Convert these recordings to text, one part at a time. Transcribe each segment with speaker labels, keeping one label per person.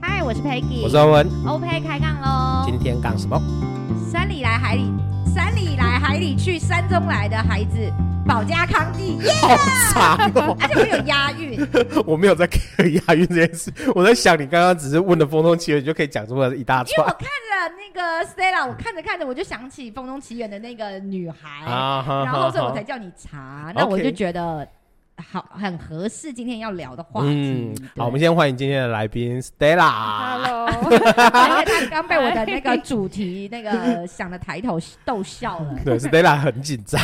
Speaker 1: 嗨，我是 Peggy，
Speaker 2: 我是欧文，
Speaker 1: OK 开杠喽。
Speaker 2: 今天干什么？
Speaker 1: 山里来海里，山里来海里去，山中来的孩子，保家康 帝耶！
Speaker 2: 好傻哦！
Speaker 1: 而且我有押 韵，
Speaker 2: 我没有在 care 押韵这件事，我在想你刚刚只是问的风中奇缘，你就可以讲出了一大
Speaker 1: 因为我
Speaker 2: 串
Speaker 1: 看着那个 Stella，我看着看着我就想起《风中奇缘》的那个女孩，
Speaker 2: 啊！哈
Speaker 1: 然后所以我才
Speaker 2: 哈
Speaker 1: 叫你查。那我
Speaker 2: OK
Speaker 1: 就觉得好很合适今天要聊的话题。
Speaker 2: 嗯，好，我们
Speaker 1: 先。
Speaker 2: 先欢迎今天的来宾 Stella。
Speaker 3: Hello，
Speaker 1: 而且他哎刚被我的那个主题那个想的抬头逗笑了。
Speaker 2: 对，Stella 很紧张，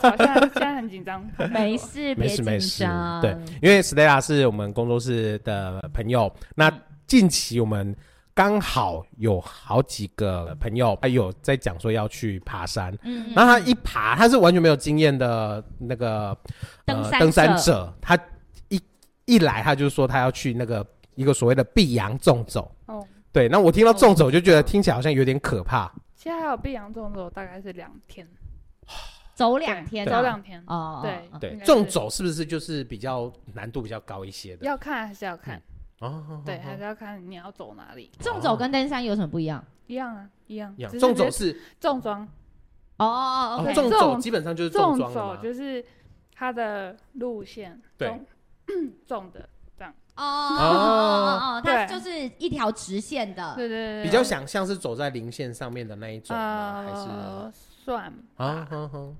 Speaker 3: 好像现在很紧张，
Speaker 1: 没事，
Speaker 2: 没
Speaker 1: 别
Speaker 2: 事
Speaker 1: 紧
Speaker 2: 没事
Speaker 1: 张。
Speaker 2: 对，因为 Stella 是我们工作室的朋友。那近期我们刚好有好几个朋友，他有在讲说要去爬山，
Speaker 1: 嗯，
Speaker 2: 然后他一爬，他是完全没有经验的那个、呃
Speaker 1: 登山
Speaker 2: 登山
Speaker 1: 者
Speaker 2: 者，他一一来他就说他要去那个一个所谓的碧阳纵走。
Speaker 3: 哦，
Speaker 2: 对，那我听到纵走就觉得
Speaker 3: 哦
Speaker 2: 听起来好像有点可怕。
Speaker 3: 现在还有碧阳这种走，大概是两天，
Speaker 1: 走两天啊，
Speaker 3: 走两天，
Speaker 1: 哦，
Speaker 3: 对
Speaker 1: 哦，
Speaker 2: 对
Speaker 3: 应，该是
Speaker 2: 纵走是不是就是比较难度比较高一些的？
Speaker 3: 要看还是要看，
Speaker 2: 哦，
Speaker 3: 对，还是要看你要走哪里，
Speaker 1: 纵走跟登山有什么不一样？
Speaker 3: 一样啊，一样
Speaker 2: 一样，
Speaker 3: 只是
Speaker 2: 哦纵走
Speaker 3: 就是重装，
Speaker 1: 哦哦哦
Speaker 2: 哦
Speaker 1: ，OK，
Speaker 2: 纵
Speaker 3: 这
Speaker 2: 走
Speaker 3: 种
Speaker 2: 基本上就是重
Speaker 3: 重
Speaker 2: 装
Speaker 3: 走
Speaker 2: 了嘛。
Speaker 3: 就是它的路线，
Speaker 2: 对
Speaker 3: 重重的，
Speaker 1: 哦哦哦哦，它
Speaker 3: 对
Speaker 1: 就是一条直线的，
Speaker 3: 对对对，对
Speaker 2: 啊比较想像是走在零线上面的那一种吗？还是
Speaker 3: 呃哦算
Speaker 2: 啊
Speaker 3: 吧，
Speaker 2: 哼哼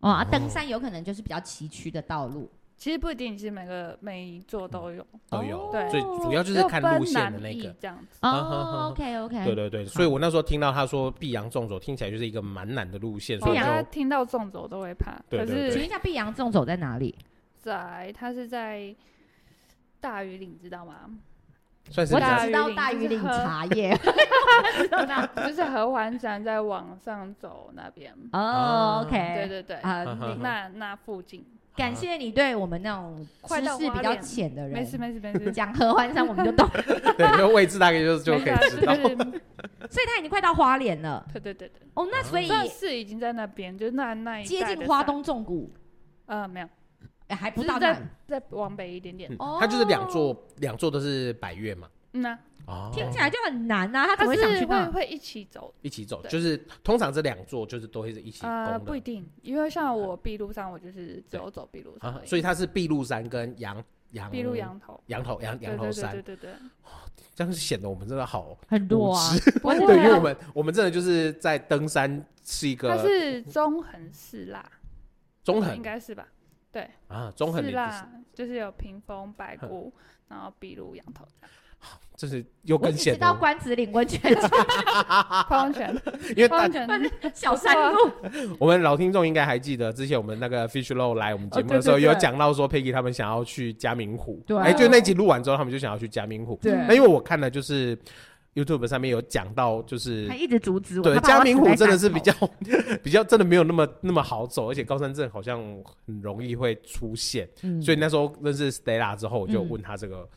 Speaker 1: 哦，啊登山有可能就是比较崎岖的道路，
Speaker 3: 其实不一定是每个每一座都有，
Speaker 2: 都哦有，
Speaker 3: 对
Speaker 2: 最主要就是
Speaker 3: 又
Speaker 2: 看
Speaker 3: 分
Speaker 2: 路线的
Speaker 3: 南
Speaker 2: 那
Speaker 3: 艺
Speaker 2: 个。
Speaker 3: 这样子，
Speaker 2: 啊哈哈哈
Speaker 1: 哦，OK
Speaker 2: 对
Speaker 1: OK，
Speaker 2: 对对，所以我那时候听到他说碧阳纵走，听起来就是一个蛮难的路线，所
Speaker 3: 碧
Speaker 2: 以我
Speaker 3: 阳哦大
Speaker 2: 就
Speaker 3: 家听到重走都会怕，
Speaker 2: 对
Speaker 3: 可
Speaker 2: 对
Speaker 3: 是
Speaker 2: 对
Speaker 1: 请问一下，碧阳纵走在哪里？
Speaker 3: 在，它是在大榆岭，知道吗？
Speaker 2: 算是
Speaker 1: 我
Speaker 2: 比
Speaker 1: 只知道
Speaker 2: 较
Speaker 3: 大榆岭
Speaker 1: 大
Speaker 3: 就
Speaker 1: 榆
Speaker 3: 是
Speaker 1: 岭
Speaker 3: 喝
Speaker 1: 茶叶，
Speaker 3: 就是合欢山再往上走那边。
Speaker 1: 哦
Speaker 3: 对
Speaker 1: ，OK，
Speaker 3: 对对，
Speaker 1: 啊
Speaker 2: 哈哈
Speaker 3: 那那附近。
Speaker 1: 感谢你对我们那种
Speaker 3: 快
Speaker 1: 知
Speaker 3: 到
Speaker 1: 识
Speaker 3: 花
Speaker 1: 比较
Speaker 3: 莲
Speaker 1: 浅的人，
Speaker 3: 没事没事没事，
Speaker 1: 讲合欢山我们就懂，
Speaker 2: 对，就位置大概就 就可以知道。
Speaker 3: 没事啊就是
Speaker 1: 所以他已经快到花莲了。
Speaker 3: 对对对对，
Speaker 1: 哦，那所以
Speaker 3: 算是已经在那边，就是那那一
Speaker 1: 接
Speaker 3: 带的
Speaker 1: 近花
Speaker 3: 山，
Speaker 1: 东纵谷，
Speaker 3: 呃，没有，
Speaker 1: 哎还不
Speaker 3: 只
Speaker 1: 到
Speaker 3: 是
Speaker 1: 那
Speaker 3: 在
Speaker 1: 里，
Speaker 3: 再往北一点点。
Speaker 1: 哦
Speaker 2: 它就是两座，两座都是百越嘛。
Speaker 3: 嗯呐，
Speaker 2: 哦
Speaker 1: 听起来就很难啊。他怎
Speaker 3: 它
Speaker 1: 么会想去
Speaker 3: 是会
Speaker 1: 那？
Speaker 3: 会一起走，
Speaker 2: 一起走，
Speaker 3: 对
Speaker 2: 就是通常这两座就是都会是一起
Speaker 3: 呃，
Speaker 2: 攻
Speaker 3: 不
Speaker 2: 的嗯
Speaker 3: 一定，因为像我壁路上，我就是只
Speaker 2: 对
Speaker 3: 有走壁路上
Speaker 2: 啊
Speaker 3: 而，已，
Speaker 2: 所以它是碧鹿山跟羊羊
Speaker 1: 嗯
Speaker 3: 壁路羊头，
Speaker 2: 羊头羊
Speaker 3: 对
Speaker 2: 羊
Speaker 3: 对
Speaker 2: 头
Speaker 3: 对
Speaker 2: 山
Speaker 3: 对，对对，
Speaker 2: 这样显得我们真的好
Speaker 1: 很弱啊
Speaker 2: 无，
Speaker 3: 不会
Speaker 2: 对，因为
Speaker 3: 啊
Speaker 2: 我们我们真的就是在登山是一
Speaker 3: 它
Speaker 2: 个
Speaker 3: 是中横四啦，
Speaker 2: 中
Speaker 3: 应
Speaker 2: 横
Speaker 3: 该是吧？对，
Speaker 2: 啊，中横
Speaker 3: 是
Speaker 2: 林
Speaker 3: 啦，就是有屏风、白骨，然后壁炉、羊头、
Speaker 2: 就是又
Speaker 1: 我
Speaker 2: 更
Speaker 1: 只
Speaker 2: 显
Speaker 1: 知
Speaker 2: 得
Speaker 1: 道
Speaker 2: 我们，
Speaker 1: 关子岭温泉
Speaker 3: 泡温泉、
Speaker 2: 啊因为
Speaker 3: 泡
Speaker 2: 大
Speaker 3: 温泉，
Speaker 1: 小山路，
Speaker 2: 我们老听众应该还记得，之前我们那个 Fish Low 来我们节目
Speaker 3: 哦
Speaker 2: 的
Speaker 3: 对
Speaker 2: 时候，
Speaker 3: 对
Speaker 2: 有
Speaker 3: 对
Speaker 2: 讲到说 Peggy 他们想要去嘉明湖，
Speaker 1: 对啊
Speaker 2: 哎，就那集录完之后，他们就想要去嘉明湖。
Speaker 1: 对
Speaker 2: 那因为我看了就是 YouTube 上面有讲到，就是
Speaker 1: 还一直阻止我。
Speaker 2: 嗯对
Speaker 1: 他怕我
Speaker 2: 嘉明
Speaker 1: 死在
Speaker 2: 湖真的是
Speaker 1: 山
Speaker 2: 比
Speaker 1: 口
Speaker 2: 较 比较真的没有那么那么好走，而且高山症好像很容易会出现，
Speaker 1: 嗯
Speaker 2: 所以那时候认识 Stella 之后，我就问他这个。
Speaker 3: 嗯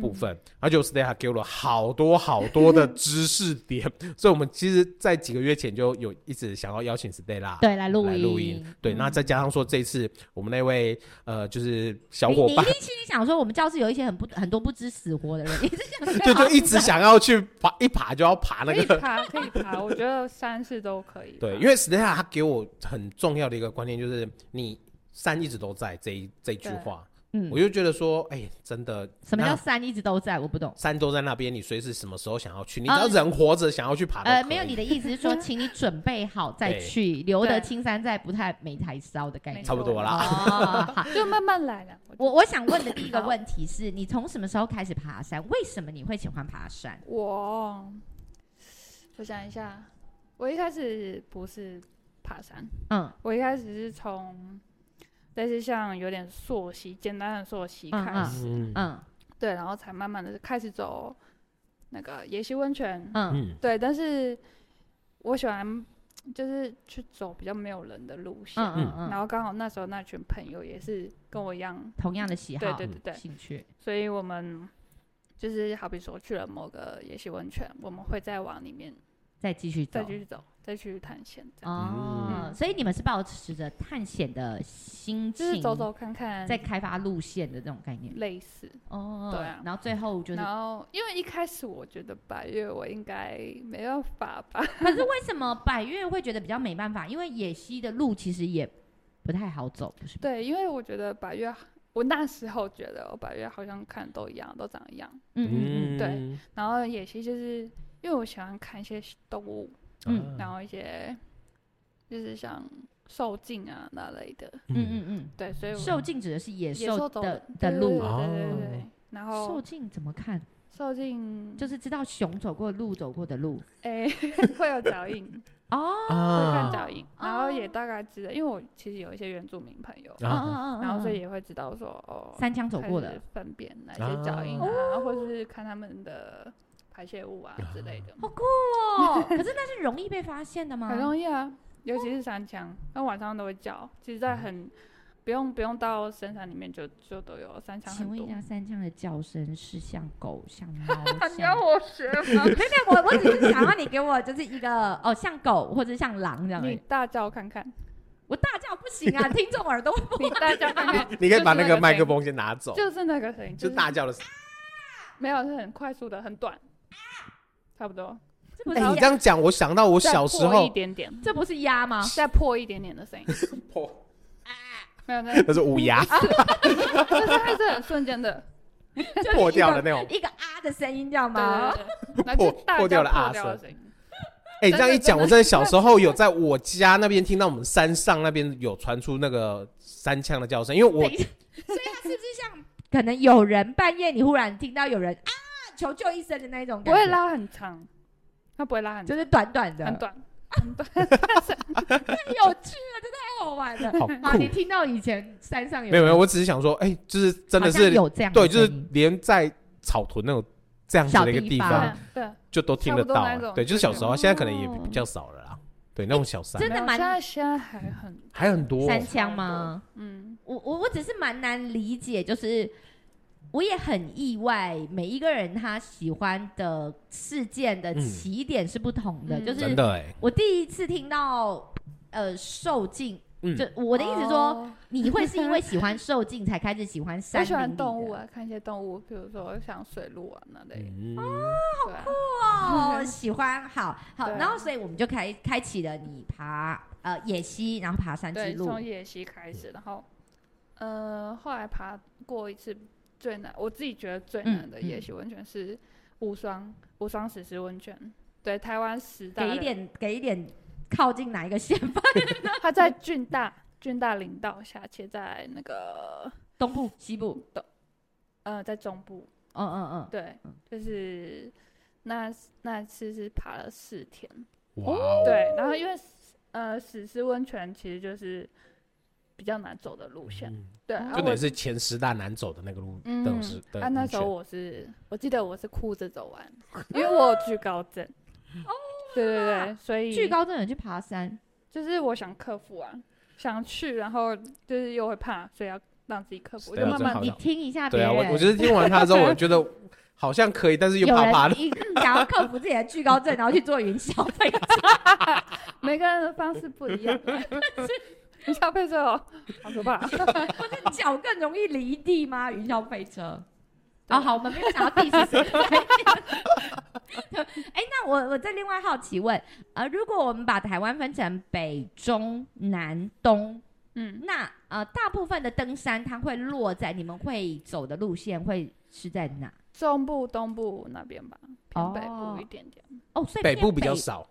Speaker 2: 部分，
Speaker 1: 嗯
Speaker 2: 然后就 Stella 给我了好多好多的知识点， 所以我们其实，在几个月前就有一直想要邀请 Stella
Speaker 1: 对来录
Speaker 2: 来录音。对，那再加上说这次我们那位呃，就是小伙
Speaker 1: 你你一
Speaker 2: 伴，
Speaker 1: 定心里想说，我们教室有一些很不很多不知死活的人，一直想
Speaker 2: 就就一直想要去爬，一爬就要爬
Speaker 3: 可
Speaker 2: 那
Speaker 3: 以
Speaker 2: 个。
Speaker 3: 爬，可以爬。我觉得三次都可以爬。
Speaker 2: 对，因为 Stella 他给我很重要的一个观念就是，你山一直都在这一这一句
Speaker 3: 对
Speaker 2: 话，
Speaker 1: 嗯
Speaker 2: 我，就啊觉得说，哎，真的，
Speaker 1: 什么
Speaker 2: 那
Speaker 1: 叫山一直都在？我不懂。
Speaker 2: 山都在那边，你随时什么时候想要去，你只
Speaker 1: 啊
Speaker 2: 要人活着想要去爬都可以，
Speaker 1: 呃，没有，你的意思是 说，请你准备好再
Speaker 2: 对
Speaker 1: 去，留得
Speaker 3: 对
Speaker 1: 青山在，不太没柴烧的概念
Speaker 3: 没。
Speaker 2: 差不多啦。
Speaker 1: 哦，好。
Speaker 3: 就慢慢来啦。我
Speaker 1: 我我想问的第一个问题是，你从什么时候开始爬山？为什么你会喜欢爬山？
Speaker 3: 我我想一下，我一开始不是爬山，
Speaker 1: 嗯
Speaker 3: 我一开始是从类似像有点溯溪，简单的溯溪
Speaker 1: 嗯
Speaker 3: 开始，
Speaker 2: 嗯
Speaker 1: 嗯
Speaker 3: 对，然后才慢慢的开始走那个野溪温泉，
Speaker 1: 嗯，
Speaker 2: 嗯
Speaker 3: 对，但是我喜欢就是去走比较没有人的路线，
Speaker 1: 嗯嗯嗯，
Speaker 3: 然后刚好那时候那群朋友也是跟我一样，
Speaker 1: 同样的喜好，嗯
Speaker 3: 对对对对，
Speaker 1: 兴趣，
Speaker 3: 所以我们就是好比说去了某个野溪温泉，我们会再往里面
Speaker 1: 再继续
Speaker 3: 再
Speaker 1: 走
Speaker 3: 继。续走，再去探险这样，
Speaker 4: 哦，
Speaker 3: 嗯
Speaker 4: 所以你们是抱持着探险的
Speaker 1: 哦
Speaker 4: 心
Speaker 3: 就
Speaker 4: 情，
Speaker 3: 是走走看看，
Speaker 4: 在开发路线的这种概念。
Speaker 3: 类似。
Speaker 4: 哦，
Speaker 3: 对啊
Speaker 4: 然后最后就是，
Speaker 3: 然后因为一开始我觉得白月我应该没办法吧，
Speaker 4: 可是为什么百越会觉得比较没办法？因为野溪的路其实也不太好走，不是吗？
Speaker 3: 对，因为我觉得白月，我那时候觉得我白月好像看都一样，都长一样。
Speaker 4: 嗯嗯嗯，
Speaker 3: 嗯对然后野溪就是因为我喜欢看一些动物，
Speaker 4: 嗯
Speaker 2: 啊
Speaker 3: 然后一些就是像兽径啊那类的，
Speaker 4: 嗯嗯
Speaker 3: 对，所以我
Speaker 4: 受禁指的是野
Speaker 3: 野兽
Speaker 4: 兽
Speaker 3: 走
Speaker 4: 的
Speaker 3: 对
Speaker 4: 的
Speaker 3: 对
Speaker 4: 路，
Speaker 3: 对对对
Speaker 2: 哦
Speaker 3: 对。然
Speaker 4: 受
Speaker 3: 后
Speaker 4: 禁怎么看？
Speaker 3: 兽径
Speaker 4: 就是知道熊走过的路，走过的路。
Speaker 3: 哎 会有脚印，
Speaker 4: 哦，
Speaker 3: 会
Speaker 2: 啊
Speaker 3: 看脚印，然后也
Speaker 4: 哦
Speaker 3: 大概知道，因为我其实有一些原住民朋友，
Speaker 4: 嗯嗯
Speaker 2: 啊，
Speaker 4: 嗯，
Speaker 3: 然后所以
Speaker 4: 嗯
Speaker 3: 也会知道说哦，
Speaker 4: 三枪走
Speaker 3: 开
Speaker 4: 过
Speaker 3: 始
Speaker 4: 的，
Speaker 3: 分辨哪些脚印啊，或者是看他们的排泄物啊之类的，
Speaker 4: 好酷哦！可是那是容易被发现
Speaker 1: 嗯
Speaker 4: 的吗？
Speaker 3: 很
Speaker 4: 易，
Speaker 3: 容易啊，尤其是山枪，那晚上都会叫，其实，在很不用不用到深山里面就就都有山枪
Speaker 4: 请
Speaker 3: 很
Speaker 4: 问
Speaker 3: 多
Speaker 4: 一。下，三枪的叫声是像狗、像 猫
Speaker 3: 啊、、你要
Speaker 4: 像？
Speaker 3: 我学吗？
Speaker 1: 我我只 是想要你给我，
Speaker 4: 就是一个哦，像狗或者像狼这样而
Speaker 3: 你
Speaker 1: 欸
Speaker 4: 已。
Speaker 3: 大叫看看，
Speaker 1: 我大叫不行啊，听众耳朵
Speaker 3: 你大叫看看
Speaker 2: 你可以把
Speaker 3: 就是
Speaker 2: 那
Speaker 3: 个
Speaker 2: 个麦
Speaker 3: 声
Speaker 2: 克
Speaker 3: 音，
Speaker 2: 风先拿走，
Speaker 3: 就是那个声音，
Speaker 2: 就是大叫的时
Speaker 3: 没有是很快速的，很短，差不多，
Speaker 1: 这不
Speaker 2: 候。
Speaker 1: 是
Speaker 2: 哎，你这
Speaker 1: 鸭
Speaker 2: 样讲，我想到我
Speaker 3: 再
Speaker 2: 小时
Speaker 3: 破
Speaker 2: 候，
Speaker 3: 一点点，
Speaker 1: 这不是鸭吗？
Speaker 3: 再破一点点的声音，没有那，
Speaker 2: 那是虎牙
Speaker 3: 就是它是很瞬间的，
Speaker 2: 破掉的那种。
Speaker 1: 一个啊的声音，这样
Speaker 3: 对
Speaker 1: 吗？
Speaker 3: 对对，然后就
Speaker 2: 破
Speaker 3: 大
Speaker 2: 破
Speaker 3: 叫
Speaker 2: 掉了啊
Speaker 3: 破掉的
Speaker 2: 声
Speaker 3: 声音。
Speaker 2: 哎，你这样一讲，
Speaker 3: 真的真的
Speaker 2: 我真的小时候有在我家那边听到我们山上那边有传出那个山枪的叫声，因为我
Speaker 4: 等一下
Speaker 1: 可能有人半夜你忽然听到有人啊求救一声的那一种
Speaker 3: 不
Speaker 1: 感
Speaker 3: 会
Speaker 1: 觉，
Speaker 3: 拉很长，它不会拉很
Speaker 1: 就
Speaker 3: 长，
Speaker 1: 是短短的，
Speaker 3: 很短。
Speaker 1: 太有趣了，这太好玩 了。
Speaker 2: 好
Speaker 1: 啊，你
Speaker 2: 酷。
Speaker 1: 听到以前山上有
Speaker 2: 没有没有，
Speaker 1: 人
Speaker 2: 我只是想说，哎，就是真的
Speaker 4: 好像
Speaker 2: 是
Speaker 4: 有这样的
Speaker 2: 对，就是
Speaker 4: 声音
Speaker 2: 连在草屯那种这样子的一个
Speaker 4: 小地
Speaker 2: 地方
Speaker 4: 方，
Speaker 3: 对，
Speaker 2: 就都听得
Speaker 3: 差
Speaker 2: 到
Speaker 3: 不多那种
Speaker 2: 啊。对，就是小时候，
Speaker 4: 哦
Speaker 2: 现在可能也比较少了啦。对，那种小山
Speaker 1: 真的
Speaker 3: 没有
Speaker 1: 蛮
Speaker 3: 现在现在还很
Speaker 2: 还很多哦
Speaker 4: 三枪吗？
Speaker 3: 嗯，
Speaker 1: 我我我只是蛮难理解，就是我也很意外，每一个人他喜欢的事件的
Speaker 2: 嗯
Speaker 1: 起点是不同的。
Speaker 3: 嗯
Speaker 1: 就
Speaker 2: 真
Speaker 1: 是
Speaker 2: 的哎，
Speaker 1: 我第一次听到呃受尽，
Speaker 2: 嗯
Speaker 1: 就我的意思说，
Speaker 3: 哦，
Speaker 1: 你会是因为喜欢受尽才开始喜 欢山
Speaker 3: 我
Speaker 1: 林
Speaker 3: 喜欢
Speaker 1: 里
Speaker 3: 动
Speaker 1: 的
Speaker 3: 物啊，看一些动物，比如说像水鹿啊那类的。
Speaker 2: 嗯，
Speaker 3: 对啊，
Speaker 1: 哦，喜欢，好好，
Speaker 3: 对啊
Speaker 1: 然后所以我们就开开启了你爬呃野溪，然后爬山之
Speaker 3: 对，
Speaker 1: 路
Speaker 3: 从。野溪开始，然后呃，后来爬过一次最难，我自己觉得最难的
Speaker 4: 嗯嗯
Speaker 3: 野溪温泉是无双无双石狮温泉。对，台湾十大
Speaker 1: 给一
Speaker 3: 的
Speaker 1: 点，给一点靠近哪一个县吧？
Speaker 3: 它在俊大俊大林道下，且在那个
Speaker 4: 东部、西部，
Speaker 3: 呃在中部，
Speaker 4: 嗯嗯嗯，
Speaker 3: 对
Speaker 4: 嗯，
Speaker 3: 就是那那次是爬了四天，
Speaker 2: 哇哦，
Speaker 3: 对，然后因为呃史诗温泉其实就是比较难走的路线，
Speaker 2: 嗯
Speaker 3: 对，然
Speaker 2: 就
Speaker 3: 后
Speaker 2: 等
Speaker 3: 我
Speaker 2: 于是前十大难走的那个路，那种是。的
Speaker 3: 啊，那
Speaker 2: 路
Speaker 3: 时候
Speaker 2: 线
Speaker 3: 我是我记得我是哭着走完，因为我有惧高症，对对对，所以
Speaker 4: 巨高症人去爬山，
Speaker 3: 就是我想克服啊，想去，然后就是又会怕，所以要让自己克服，我
Speaker 2: 对
Speaker 3: 就
Speaker 2: 啊
Speaker 3: 慢
Speaker 2: 这
Speaker 3: 慢
Speaker 2: 好
Speaker 4: 你
Speaker 2: 像
Speaker 4: 听一下别
Speaker 2: 对啊，
Speaker 4: 人。
Speaker 2: 我我觉得听完他之后，我觉得好像可以，但是又
Speaker 1: 有
Speaker 2: 怕
Speaker 1: 人
Speaker 2: 怕的。
Speaker 1: 一想要克服自己的惧高症，然后去做云霄飞车，
Speaker 3: 每个人的方式不 一样。你消费者哦好可怕！
Speaker 1: 脚更容易离地吗？云霄飞车。
Speaker 3: 对
Speaker 1: 哦，好，我们没有想要 diss 谁。 哎，那我我再另外好奇问，呃，如果我们把台湾分成北、中、南、东，
Speaker 3: 嗯，
Speaker 1: 那呃，大部分的登山它会落在你们会走的路线会是在哪？
Speaker 3: 中部、东部那边吧，偏北部
Speaker 1: 哦
Speaker 3: 一点点，
Speaker 1: 哦，所以
Speaker 2: 北
Speaker 1: 偏
Speaker 2: 部比较少，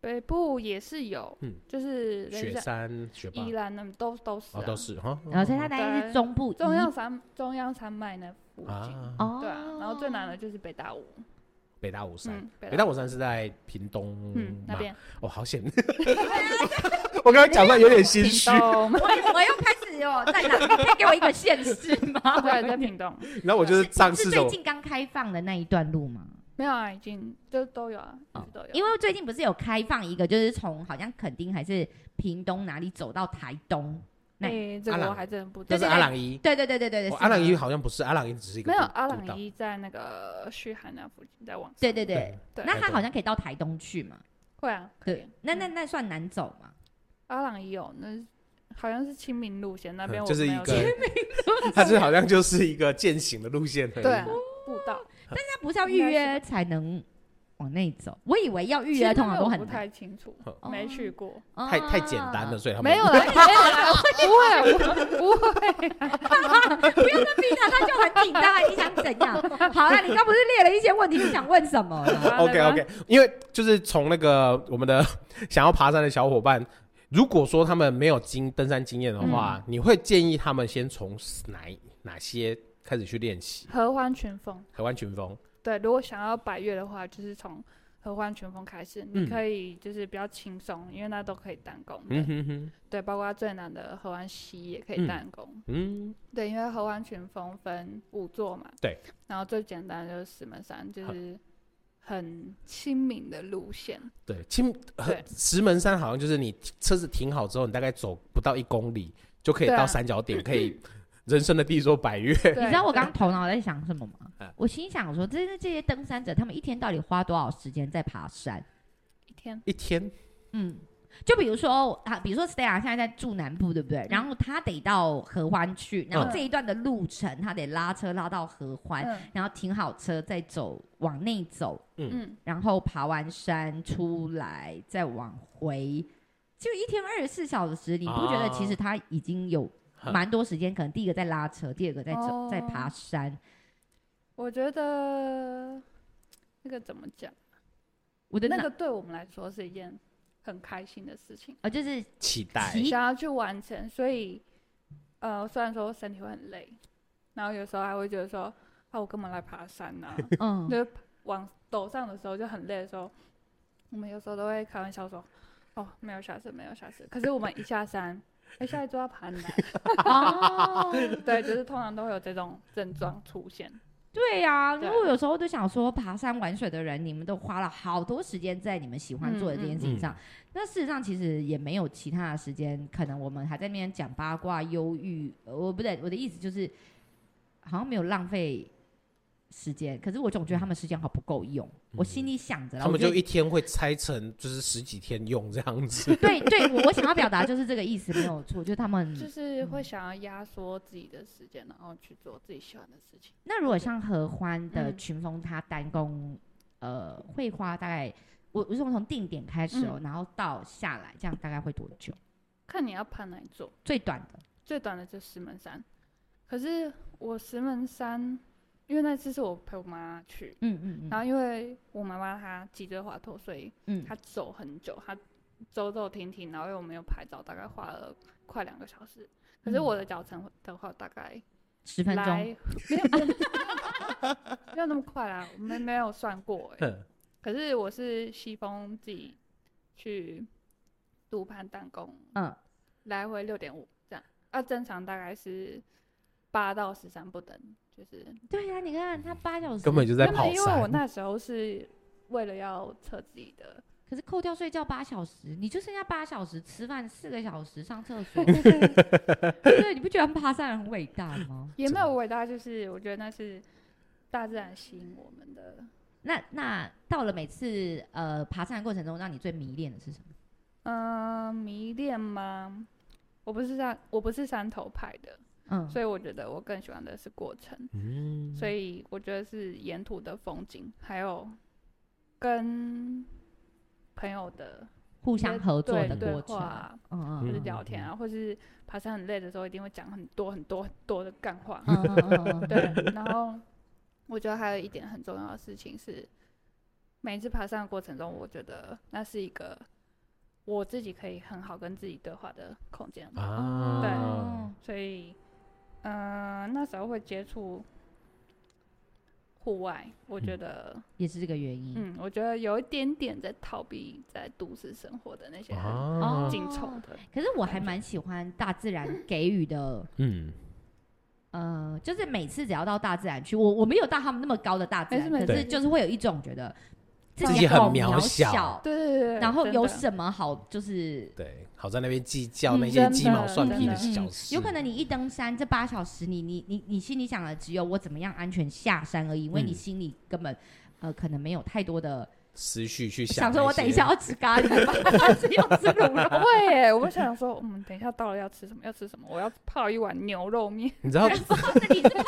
Speaker 3: 北部也是有，
Speaker 2: 嗯
Speaker 3: 就是人
Speaker 2: 雪
Speaker 3: 家
Speaker 2: 山、雪霸
Speaker 3: 宜兰那都都是、啊
Speaker 2: 哦都是哈。
Speaker 4: 然后所以它大概
Speaker 3: 对
Speaker 4: 是中部
Speaker 3: 中
Speaker 4: 一
Speaker 3: 央山中央山脉那附近，
Speaker 2: 啊，
Speaker 4: 哦，
Speaker 3: 对啊，然后最 难的就是北大武，
Speaker 2: 北大武山，
Speaker 3: 嗯，
Speaker 2: 北大武山是在屏东
Speaker 3: 嗯那
Speaker 2: 嘛
Speaker 3: 边，
Speaker 2: 哦，好 险！我刚才讲出来有点心虚，
Speaker 3: 东，
Speaker 1: 我又我又开始 哦，在哪？你可以给我一个县市吗？
Speaker 3: 对，在屏东，
Speaker 2: 然后我 就是尝试
Speaker 4: 是
Speaker 2: 着
Speaker 4: 最近刚开放的那一段路吗？
Speaker 3: 没有啊，已经就都有啊，一
Speaker 4: 哦
Speaker 3: 直都有，
Speaker 4: 因为最近不是有开放一个，就是从好像垦丁还是屏东哪里走到台东？那
Speaker 3: 诶这
Speaker 2: 阿
Speaker 3: 个
Speaker 2: 朗
Speaker 3: 我还真不
Speaker 2: 那
Speaker 3: 对
Speaker 2: 是
Speaker 3: 对
Speaker 2: 阿
Speaker 3: 对，
Speaker 2: 朗伊，
Speaker 4: 对对对对对
Speaker 2: 哦
Speaker 4: 对，
Speaker 2: 阿朗伊
Speaker 4: 一，
Speaker 2: 好像不是，阿朗伊只是一个
Speaker 3: 没有
Speaker 2: 步
Speaker 3: 阿
Speaker 2: 步道
Speaker 3: 朗伊在那个旭海那附近，在往上
Speaker 4: 对对对
Speaker 2: 对，
Speaker 4: 那它好像可以到台东去嘛？
Speaker 3: 会啊，可以
Speaker 1: 对。，那
Speaker 3: 嗯
Speaker 1: 那那算难走吗？
Speaker 3: 阿朗也有，那好像是清明路线那边，
Speaker 2: 嗯就是一个
Speaker 3: 个，
Speaker 2: 它这好像就是一个践行的路线而已。
Speaker 3: 对啊步道，
Speaker 1: 那不是要预约才能往内走？我以为要预
Speaker 3: 其
Speaker 1: 约
Speaker 3: 实
Speaker 1: 通
Speaker 3: 那
Speaker 1: 常
Speaker 3: 个
Speaker 1: 都
Speaker 3: 我
Speaker 1: 很
Speaker 3: 不
Speaker 1: 难，
Speaker 3: 太清楚
Speaker 1: 哦，
Speaker 3: 没去过，
Speaker 2: 太太简单了，
Speaker 1: 哦。
Speaker 2: 所以他们
Speaker 3: 没有 啦，没有啦，不会，不不会，
Speaker 1: 不用再 逼他，他就很紧张，你想怎样？好了，你刚不是列了一些问题，你想问什么啦？
Speaker 2: OK OK，因为就是从那个我们的 想要爬山的小伙伴，如果说他们没有经登山经验的
Speaker 3: 嗯
Speaker 2: 话，你会建议他们先从哪哪些开始去练习？
Speaker 3: 合欢群峰。
Speaker 2: 海湾群峰，
Speaker 3: 对，如果想要百越的话，就是从合欢全峰开始，你
Speaker 2: 嗯
Speaker 3: 可以就是比较轻松，因为那都可以单攻的。
Speaker 2: 嗯哼哼，
Speaker 3: 对，包括最难的合欢西也可
Speaker 2: 嗯
Speaker 3: 以单攻。
Speaker 2: 嗯，
Speaker 3: 对，因为合欢群峰分五座嘛。
Speaker 2: 对。
Speaker 3: 然后最简单的就是石门山，就是很亲民的 路线。
Speaker 2: 对，青和
Speaker 3: 对
Speaker 2: 石门山好像就是你车子停好之后，你大概走不到一公里就可以
Speaker 3: 对啊
Speaker 2: 到山脚点，可以人生的第一座百越。
Speaker 3: 对
Speaker 1: 你知道我
Speaker 3: 对
Speaker 1: 刚刚头脑在想什么
Speaker 2: 嗯
Speaker 1: 吗？我心想说，这这些登山者，他们一天到底花多少时间在爬山？
Speaker 3: 一天
Speaker 2: 一天，
Speaker 1: 嗯，就比如说啊，比如说 Stella 现在在住南部，对不对？然后他得到合欢去，然后
Speaker 3: 嗯
Speaker 1: 这一段的路程他得拉车拉到合欢，
Speaker 3: 嗯
Speaker 1: 然后停好车再走往内走，
Speaker 3: 嗯，
Speaker 1: 然后爬完山出来再往回，就一天二十四小时，你不觉得
Speaker 2: 啊
Speaker 1: 其实他已经有
Speaker 2: 哼
Speaker 1: 蛮多时间？可能第一个在拉车，第二个在走、
Speaker 3: 哦
Speaker 1: 在爬山。
Speaker 3: 我觉得那个怎么讲？
Speaker 1: 我的
Speaker 3: 那
Speaker 1: 脑
Speaker 3: 个对我们来说是一件很开心的事情。
Speaker 1: 呃， 就是
Speaker 2: 期待
Speaker 1: 期
Speaker 3: 想要去完成，所以呃，虽然说身体会很累，然后有时候还会觉得说，啊，我干嘛来爬山呢、
Speaker 1: 嗯，
Speaker 3: 就是往陡上的时候就很累的时候，我们有时候都会开玩笑说，哦，没有下次，没有下次。可是我们一下山，哎、下一周要爬很难。
Speaker 1: 哦，
Speaker 3: 对，就是通常都会有这种症状出现。
Speaker 1: 对呀、因
Speaker 3: 对
Speaker 1: 为我有时候就想说，爬山玩水的人，你们都花了好多时间在你们喜
Speaker 2: 嗯
Speaker 1: 欢做的这件事情上，那事实上其实也没有其他的时间，可能我们还在那边讲八卦、忧郁，呃我不对，我的意思就是好像没有浪费时间，可是我总觉得他们时间好不够用，我心里想着啦，
Speaker 2: 嗯他们
Speaker 1: 我觉
Speaker 2: 就
Speaker 1: 得
Speaker 2: 一天会拆成就是十几天用这样子。
Speaker 1: 对对，我我想要表达就是这个意思没有错，就是他们
Speaker 3: 就是会想要压缩自己的时间，然后去做自己喜欢的事情。
Speaker 1: 那如果像合欢的
Speaker 3: 嗯
Speaker 1: 群峰，它单攻、呃会花大概，我我是从定点开始
Speaker 3: 嗯
Speaker 1: 哦，然后到下来，这样大概会多久？
Speaker 3: 看你要爬哪一座。
Speaker 1: 最短的
Speaker 3: 最短的就是石门山。可是我石门山，因为那次是我陪我妈去，
Speaker 1: 嗯嗯
Speaker 3: 然后因为我妈妈她脊椎滑脱，所以
Speaker 1: 嗯
Speaker 3: 她走很久，她走走停停，然后因为我没有拍照，大概花了快两个小时。可是我
Speaker 1: 嗯
Speaker 3: 的脚程的话，大概
Speaker 1: 十分
Speaker 3: 来
Speaker 1: 钟，
Speaker 3: 没有没有那么快啦，我们没有算过、欸。
Speaker 2: 哼
Speaker 3: 可是我是西风自己去杜攀弹弓，
Speaker 1: 嗯，
Speaker 3: 来回六点五这样，啊，正常大概是八到十三不等，就是
Speaker 1: 对呀、你看它八小时，
Speaker 2: 根本就在
Speaker 3: 没有
Speaker 2: 跑
Speaker 3: 因为我
Speaker 2: 山。
Speaker 3: 那时候是为了要测自己的，
Speaker 1: 可是扣掉睡觉八小时，你就剩下八小时，吃饭四个小时，上厕 所，对，你不觉得爬山人很伟大吗？
Speaker 3: 也没
Speaker 2: 真的
Speaker 3: 有伟大，就是我觉得那是大自然吸引我们的，
Speaker 1: 那那到了每次呃爬山的过程中，让你最迷恋的是什么？
Speaker 3: 嗯、迷恋吗？我不是山，我不是山头派的，
Speaker 1: 嗯，
Speaker 3: 所以我觉得我更喜欢的是过程。
Speaker 2: 嗯，
Speaker 3: 所以我觉得是沿途的风景，还有跟朋友的
Speaker 1: 互
Speaker 3: 一些
Speaker 1: 相合作
Speaker 3: 对
Speaker 1: 的
Speaker 3: 对
Speaker 1: 过程，
Speaker 3: 话
Speaker 1: 嗯
Speaker 3: 就
Speaker 1: 嗯
Speaker 3: 是聊天啊，或是爬山很累的时候，一定会讲很多很多很多的干话。
Speaker 1: 嗯嗯嗯嗯嗯，
Speaker 3: 对，然后我觉得还有一点很重要的事情是，每一次爬山的过程中，我觉得那是一个我自己可以很好跟自己对话的空间。
Speaker 2: 啊，
Speaker 3: 所以，嗯、那时候会接触户外，我
Speaker 1: 嗯
Speaker 3: 觉得。
Speaker 1: 也是这个原因。
Speaker 3: 嗯，我觉得有一点点在逃避在都市生活的那些很
Speaker 2: 啊，
Speaker 3: 紧凑的。
Speaker 1: 可是我还蛮喜欢大自然给予的，
Speaker 2: 嗯，
Speaker 1: 呃，就是每次只要到大自然去，我我没有到他们那么高的大自然，
Speaker 3: 没事没
Speaker 1: 可
Speaker 3: 事
Speaker 1: 是就是会有一种觉得自
Speaker 2: 自己很
Speaker 1: 好
Speaker 2: 渺
Speaker 1: 渺
Speaker 2: 小
Speaker 3: 对对对，
Speaker 1: 哦然后
Speaker 3: 真
Speaker 1: 有
Speaker 3: 的
Speaker 1: 什么好就是。
Speaker 2: 对，好在那边计较
Speaker 3: 嗯
Speaker 2: 那些
Speaker 3: 真的
Speaker 2: 鸡毛蒜皮
Speaker 3: 真的嗯
Speaker 2: 小
Speaker 1: 嗯
Speaker 2: 事，
Speaker 1: 有可能你一登山这八小时你，你你你心里想的只有我怎么样安全下山而已，因为
Speaker 2: 嗯
Speaker 1: 你心里根本呃可能没有太多的
Speaker 2: 思绪去想
Speaker 1: 想
Speaker 2: 那些。
Speaker 1: 说我等一下要吃咖喱吧， 但是又吃卤
Speaker 3: 不
Speaker 1: 肉，
Speaker 3: 会耶，我会想说，嗯，等一下到了要吃什么？要吃什么？我要泡一碗牛肉面。
Speaker 2: 你知道
Speaker 1: 自己是泡面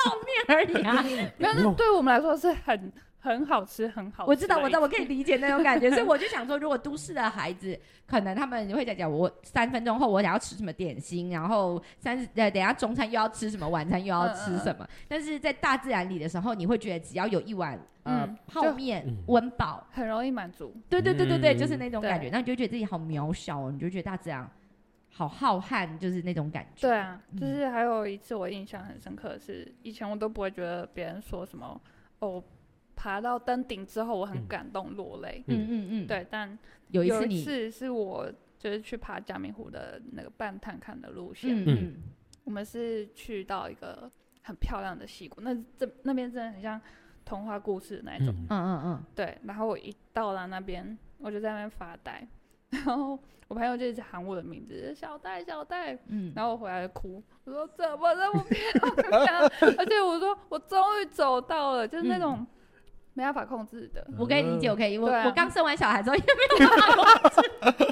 Speaker 1: 而已啊。
Speaker 3: 没有，
Speaker 2: 没有
Speaker 3: 那对我们来说是很很好吃，很 好
Speaker 1: 啊
Speaker 3: 吃的一。
Speaker 1: 我知道，我知道，我可以理解那种感觉，所以我就想说，如果都市的孩子，可能他们会在讲我三分钟后我想要吃什么点心，然后三十呃等一下中餐又要吃什么，晚餐又
Speaker 3: 嗯
Speaker 1: 要吃什么。但是在大自然里的时候，你会觉得只要有一碗呃、
Speaker 3: 嗯
Speaker 1: 泡
Speaker 3: 就
Speaker 1: 面
Speaker 2: 嗯
Speaker 1: 温饱，
Speaker 3: 很容易满足。
Speaker 1: 对对对对对，
Speaker 2: 嗯
Speaker 1: 就是那种感觉，那你就觉得自己好渺小哦，你就觉得大自然好浩瀚，就是那种感觉。
Speaker 3: 对啊，
Speaker 1: 嗯
Speaker 3: 就是还有一次我印象很深刻的是，以前我都不会觉得别人说什么哦，爬到登顶之后我很
Speaker 2: 嗯
Speaker 3: 感动落泪。
Speaker 1: 嗯嗯嗯，，
Speaker 3: 对，但
Speaker 1: 有一
Speaker 3: 有
Speaker 1: 次
Speaker 3: 一
Speaker 1: 你，
Speaker 3: 次是我就是去爬嘉明湖的那个半探看的路线，
Speaker 1: 嗯嗯
Speaker 3: 我们是去到一个很漂亮的溪谷，那这那边真的很像童话故事的那一种。
Speaker 2: 嗯
Speaker 1: 嗯嗯嗯，
Speaker 3: 对，然后我一到了那边，我就在那边发呆， 然后我朋友就一直喊我的名字，小戴，小戴，
Speaker 1: 嗯，
Speaker 3: 然后我回来哭，我说怎么那么漂 亮？而且我说我终于走到了，就是那
Speaker 1: 嗯
Speaker 3: 种没办法控制的，
Speaker 1: 我可以理解，
Speaker 2: 嗯
Speaker 1: 我可以，我、
Speaker 3: 对啊
Speaker 1: 我刚生完小孩之后，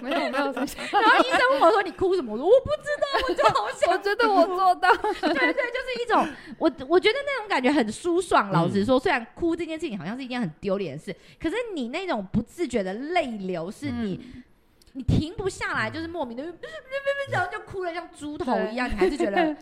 Speaker 3: 没有没有什么
Speaker 1: 然后医生问我说：“你哭什么？”我说：“我不知道，我就好想。
Speaker 3: 我觉得我做到，
Speaker 1: 对对，就是一种我我觉得那种感觉很舒爽。老
Speaker 2: 嗯
Speaker 1: 实说，虽然哭这件事情好像是一件很丢脸的事，可是你那种不自觉的泪流，是
Speaker 2: 嗯
Speaker 1: 你、
Speaker 3: 嗯
Speaker 1: 你停不下来，就是莫名的，然后就哭了，像猪头一样，你还是 觉得。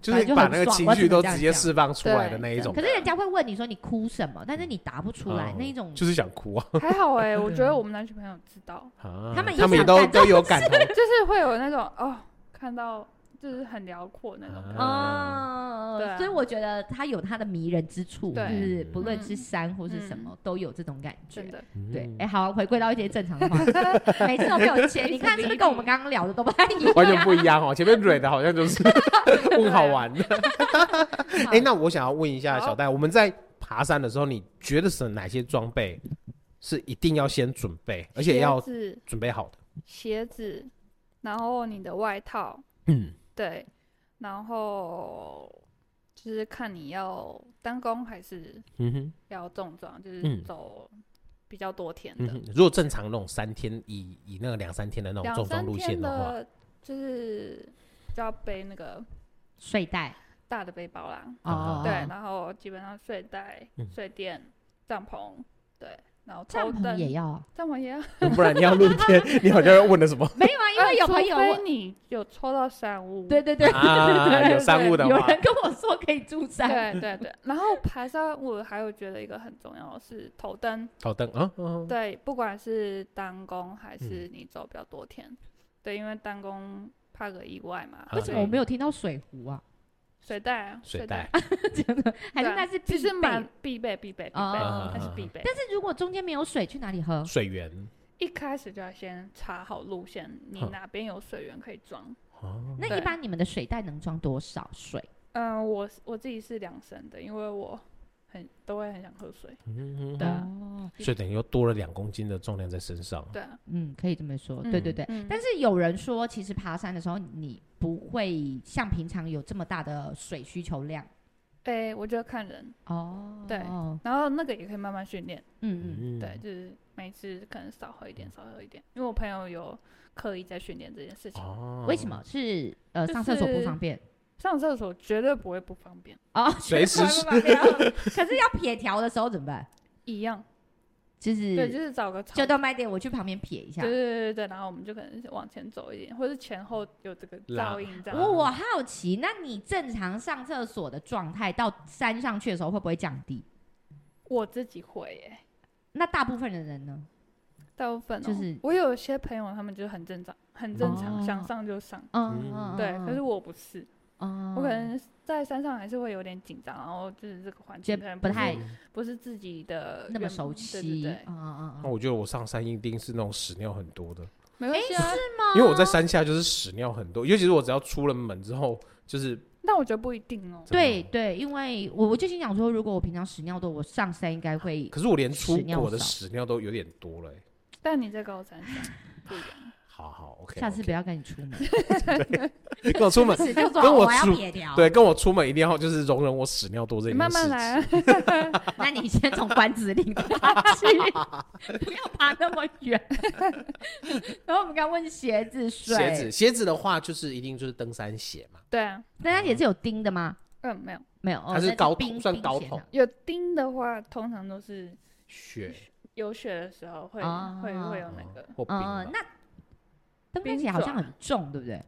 Speaker 2: 就是把那个情绪都直接释放出来的
Speaker 3: 对
Speaker 2: 那一种
Speaker 1: 可，是人家会问你说你哭什么，但是你答不出来，
Speaker 2: 嗯
Speaker 1: 那一种
Speaker 2: 就是想哭啊。
Speaker 3: 还好哎、我觉得
Speaker 1: 对
Speaker 3: 我们男女朋友知道，
Speaker 2: 啊
Speaker 1: 他们也
Speaker 2: 他们也
Speaker 1: 想
Speaker 2: 都
Speaker 1: 干
Speaker 2: 都有感同，
Speaker 3: 就是会有那种哦，看到就是很辽阔那种感觉。
Speaker 1: 哦
Speaker 3: 对啊
Speaker 1: 所以我觉得它有它的迷人之处，就
Speaker 3: 对
Speaker 1: 是不论
Speaker 3: 嗯
Speaker 1: 是山或是什么，都有这种感觉
Speaker 3: 真。的，
Speaker 1: 对，哎、
Speaker 2: 嗯
Speaker 1: 好，回归到一些正常的话题， 每次都被我切，你看是不是跟我们刚刚聊的都不太一样？
Speaker 2: 完全不一样哦。前面蕊的好像就是 问好玩
Speaker 1: 啊
Speaker 2: 的。哎，那我想要问一下
Speaker 3: 好
Speaker 2: 小戴，我们在爬山的时候，你觉得是哪些装备是一定要先准备，而且要
Speaker 3: 鞋子、
Speaker 2: 准备好的？
Speaker 3: 鞋子，然后你的外套，
Speaker 2: 嗯，
Speaker 3: 对，然后就是看你要单攻还是
Speaker 2: 嗯哼，
Speaker 3: 要重装，就是
Speaker 2: 嗯
Speaker 3: 走比较多天
Speaker 2: 嗯
Speaker 3: 的，
Speaker 2: 哼。如果正常那种三天以以那个两三天的那种
Speaker 3: 两
Speaker 2: 重装
Speaker 3: 三
Speaker 2: 路
Speaker 3: 天
Speaker 2: 线的话，
Speaker 3: 的，就是就要背那个
Speaker 1: 睡袋
Speaker 3: 大的背包啦，
Speaker 2: 啊
Speaker 1: 哦，
Speaker 3: 对，然后基本上睡袋、
Speaker 2: 嗯
Speaker 3: 睡垫、帐篷，对，然后
Speaker 1: 帐
Speaker 3: 头
Speaker 1: 篷
Speaker 3: 灯、
Speaker 1: 也要啊，
Speaker 3: 帐篷也要，
Speaker 2: 不然你要露 天，你好像要问了什么
Speaker 1: 没有啊，因为有朋友
Speaker 3: 除非
Speaker 1: 问，
Speaker 3: 你有抽到山屋，
Speaker 1: 对对对，
Speaker 2: 啊？有商务的
Speaker 1: 有
Speaker 2: 话，
Speaker 1: 人跟我说可以住山，
Speaker 3: 对 对对，然后爬山我还有觉得一个很重要的是头灯，
Speaker 2: 头灯啊，嗯
Speaker 3: 对，不管是单攻还是你走比较多天，对，因为单攻怕个意外嘛，
Speaker 2: 啊
Speaker 1: 为什么我没有听到水壶啊？
Speaker 3: 水袋啊，
Speaker 2: 水
Speaker 3: 袋
Speaker 2: 袋，
Speaker 1: 真的还
Speaker 3: 对
Speaker 1: 是
Speaker 3: 啊
Speaker 1: 那是必
Speaker 3: 其实
Speaker 1: 备
Speaker 3: 蛮必备必备必备，
Speaker 1: 哦
Speaker 3: 那是必备。
Speaker 1: 但是如果中间没有水，去哪里喝？
Speaker 2: 水源
Speaker 3: 一开始就要先查好路线，你
Speaker 2: 哼
Speaker 3: 哪边有水源可以装。
Speaker 2: 哦，
Speaker 1: 那
Speaker 3: 对
Speaker 1: 一般你们的水袋能装多少水？
Speaker 3: 嗯，我是我自己是两升的，因为我很都会很想喝水，
Speaker 2: 嗯
Speaker 3: 对啊
Speaker 1: 哦，
Speaker 2: 所以等于又多了两公斤的重量在身上。
Speaker 3: 对啊，
Speaker 1: 嗯，可以这么说，
Speaker 3: 嗯
Speaker 1: 对对对。
Speaker 3: 嗯，
Speaker 1: 但是有人说，其实爬山的时候，你不会像平常有这么大的水需求量
Speaker 3: 哎、我觉得看人，
Speaker 1: 哦。
Speaker 3: 对
Speaker 1: 嗯
Speaker 3: 然后那个也可以慢慢训练，
Speaker 1: 嗯，
Speaker 3: 对，，就是每次可能少喝一
Speaker 2: 嗯
Speaker 3: 点，少喝一点，因为我朋友有刻意在训练这件事情。
Speaker 2: 哦
Speaker 1: 为什？么是呃
Speaker 3: 就
Speaker 1: 上厕所不
Speaker 3: 是
Speaker 1: 方便
Speaker 3: 上厕所绝对不会不方 便，
Speaker 1: 啊？
Speaker 2: 随时
Speaker 1: 不方便。可是要撇条的时候怎么办？
Speaker 3: 一样。
Speaker 1: 就
Speaker 3: 对，就是是找个草
Speaker 1: 就到麦点，我去旁边撇一下
Speaker 3: 对。对对对，然后我们就可能是往前走一点，或是前后有这个
Speaker 2: 拉
Speaker 3: 噪音这样。
Speaker 2: 嗯
Speaker 1: 我我好奇，那你正常上厕所的状态到山上去的时候会不会降低？
Speaker 3: 我自己会耶，
Speaker 1: 那大部分的人呢？
Speaker 3: 大部分、哦、
Speaker 1: 就是
Speaker 3: 我有些朋友他们就很正常，很正常，
Speaker 1: 哦
Speaker 3: 想上就上。
Speaker 1: 嗯，
Speaker 2: 嗯
Speaker 1: 嗯
Speaker 3: 对，可是我不是，
Speaker 1: 嗯
Speaker 3: 我可能在山上还是会有点紧张，然后就是这个环
Speaker 1: 觉
Speaker 3: 境可
Speaker 1: 得
Speaker 3: 能
Speaker 1: 不
Speaker 3: 是
Speaker 1: 太
Speaker 3: 不是自己的
Speaker 1: 那么
Speaker 3: 原
Speaker 1: 熟悉。
Speaker 3: 对对
Speaker 1: 嗯
Speaker 3: 对，
Speaker 1: 嗯
Speaker 2: 那
Speaker 1: 嗯
Speaker 2: 哦我觉得我上山一定是那种屎尿很多的，
Speaker 3: 没关系啊。
Speaker 2: 因为我在山下就是屎尿很多，尤其是我只要出了门之后，就是
Speaker 3: 但我觉得不一定哦。
Speaker 1: 对。对，因为我我就心想说，如果我平常屎尿多，我上山应该会
Speaker 2: 可是我连出
Speaker 1: 屎尿
Speaker 2: 国的
Speaker 1: 少
Speaker 2: 屎尿都有点多了欸，
Speaker 3: 但你在高山上不一样，
Speaker 2: 好好，OK，
Speaker 1: 下次不要跟你出 门，
Speaker 2: 跟我出门，
Speaker 1: 死就说
Speaker 2: 跟我
Speaker 1: 我要
Speaker 2: 出
Speaker 1: 撇掉。
Speaker 2: 对，跟我出门一定要就是容忍我屎尿多这
Speaker 3: 你
Speaker 2: 件
Speaker 3: 慢
Speaker 2: 事
Speaker 3: 慢
Speaker 2: 情。
Speaker 3: 来啊，
Speaker 1: 那你先从关子岭爬去，不要爬那么远。然后我们刚问鞋子水，
Speaker 2: 鞋子，鞋子的话就是一定就是登山鞋嘛，
Speaker 3: 对啊，
Speaker 1: 那它也是有钉的吗？
Speaker 3: 嗯，没有，
Speaker 1: 没有，哦
Speaker 2: 它是
Speaker 1: 那
Speaker 2: 高筒
Speaker 1: 冰
Speaker 2: 算
Speaker 1: 冰
Speaker 2: 高
Speaker 1: 鞋
Speaker 2: 筒
Speaker 1: 呢
Speaker 3: 有钉的话，通常都是
Speaker 2: 雪
Speaker 3: 有雪的时候会
Speaker 1: 哦
Speaker 3: 会会有那个，
Speaker 2: 或冰吧。
Speaker 1: 嗯，那登山鞋好像很重，对不对？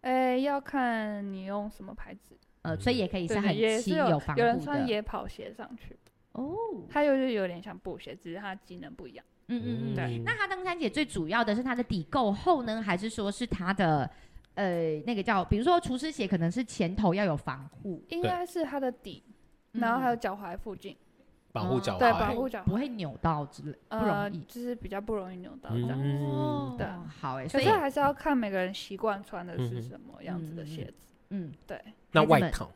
Speaker 3: 哎，要看你用什么牌子，
Speaker 2: 嗯
Speaker 1: 呃，所以也可以
Speaker 3: 对
Speaker 1: 很
Speaker 3: 对，也是
Speaker 1: 轻
Speaker 3: 有
Speaker 1: 防护
Speaker 3: 有人穿
Speaker 1: 的。
Speaker 3: 野跑鞋上去，
Speaker 1: 哦，
Speaker 3: 它又是有点像布鞋，只是它机能不一样。
Speaker 1: 嗯嗯嗯。
Speaker 3: 对
Speaker 1: 那它登山鞋最主要的是它的底够厚呢，还是说是它的呃那个叫，比如说厨师鞋可能是前头要有防护，
Speaker 3: 应该是它的底，
Speaker 1: 嗯
Speaker 3: 然后还有脚踝附近，
Speaker 2: 保护脚
Speaker 3: 嗯对，保
Speaker 2: 踝，
Speaker 3: 护脚
Speaker 1: 不
Speaker 3: 踝，
Speaker 1: 会扭到之类，不
Speaker 3: 呃，
Speaker 1: 容易。
Speaker 3: 就是比较不容易扭到这样。
Speaker 2: 嗯，
Speaker 3: 对
Speaker 1: 哦好哎，
Speaker 3: 可
Speaker 1: 所以
Speaker 3: 是还是要看每个人习惯穿的
Speaker 2: 嗯
Speaker 3: 是
Speaker 2: 哼
Speaker 3: 什么样子的鞋子。
Speaker 1: 嗯，
Speaker 3: 对，
Speaker 2: 那
Speaker 1: 孩子
Speaker 2: 外
Speaker 1: 们
Speaker 2: 套，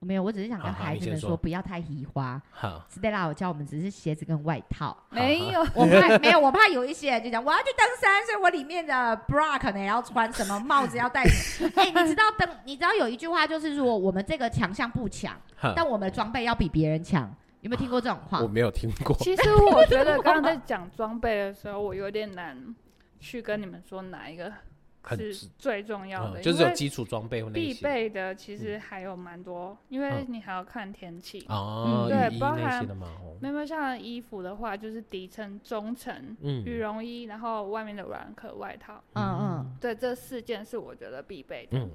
Speaker 1: 没有，我只是想跟
Speaker 2: 好好
Speaker 1: 孩
Speaker 2: 你
Speaker 1: 子
Speaker 2: 先
Speaker 1: 们
Speaker 2: 说
Speaker 1: 说不要太移花。
Speaker 2: 好，
Speaker 1: Stella 有教我们只是鞋子跟外套，
Speaker 3: 没有，
Speaker 1: 我怕没有，我怕有一些人就讲我要去登山，所以我里面的 bra 可能也要穿什么，帽子要戴什么。 哎、你知道登，你知道有一句话就是说我们这个强项不强，
Speaker 2: 哼
Speaker 1: 但我们的装备要比别人强。有没有听过这种话
Speaker 2: 嗯我？没有听过，
Speaker 3: 其实我觉得刚刚在讲装备的时候，我有点难去跟你们说哪一个
Speaker 2: 很
Speaker 3: 是
Speaker 2: 直
Speaker 3: 最重要的，
Speaker 2: 嗯就是
Speaker 3: 因
Speaker 2: 有
Speaker 3: 为
Speaker 2: 基础装备或那
Speaker 3: 必
Speaker 2: 些嗯
Speaker 3: 备的其实还有蛮多，因为你还要看天气。
Speaker 2: 哦，
Speaker 1: 嗯
Speaker 3: 对
Speaker 2: 雨衣
Speaker 3: 包
Speaker 2: 那
Speaker 3: 含
Speaker 2: 些的嘛，哦
Speaker 3: 没有像衣服的话，就是底层、中层、羽
Speaker 2: 嗯
Speaker 3: 绒衣，然后外面的软壳外套。
Speaker 1: 嗯嗯，
Speaker 3: 对，这四件是我觉得必备的。
Speaker 2: 嗯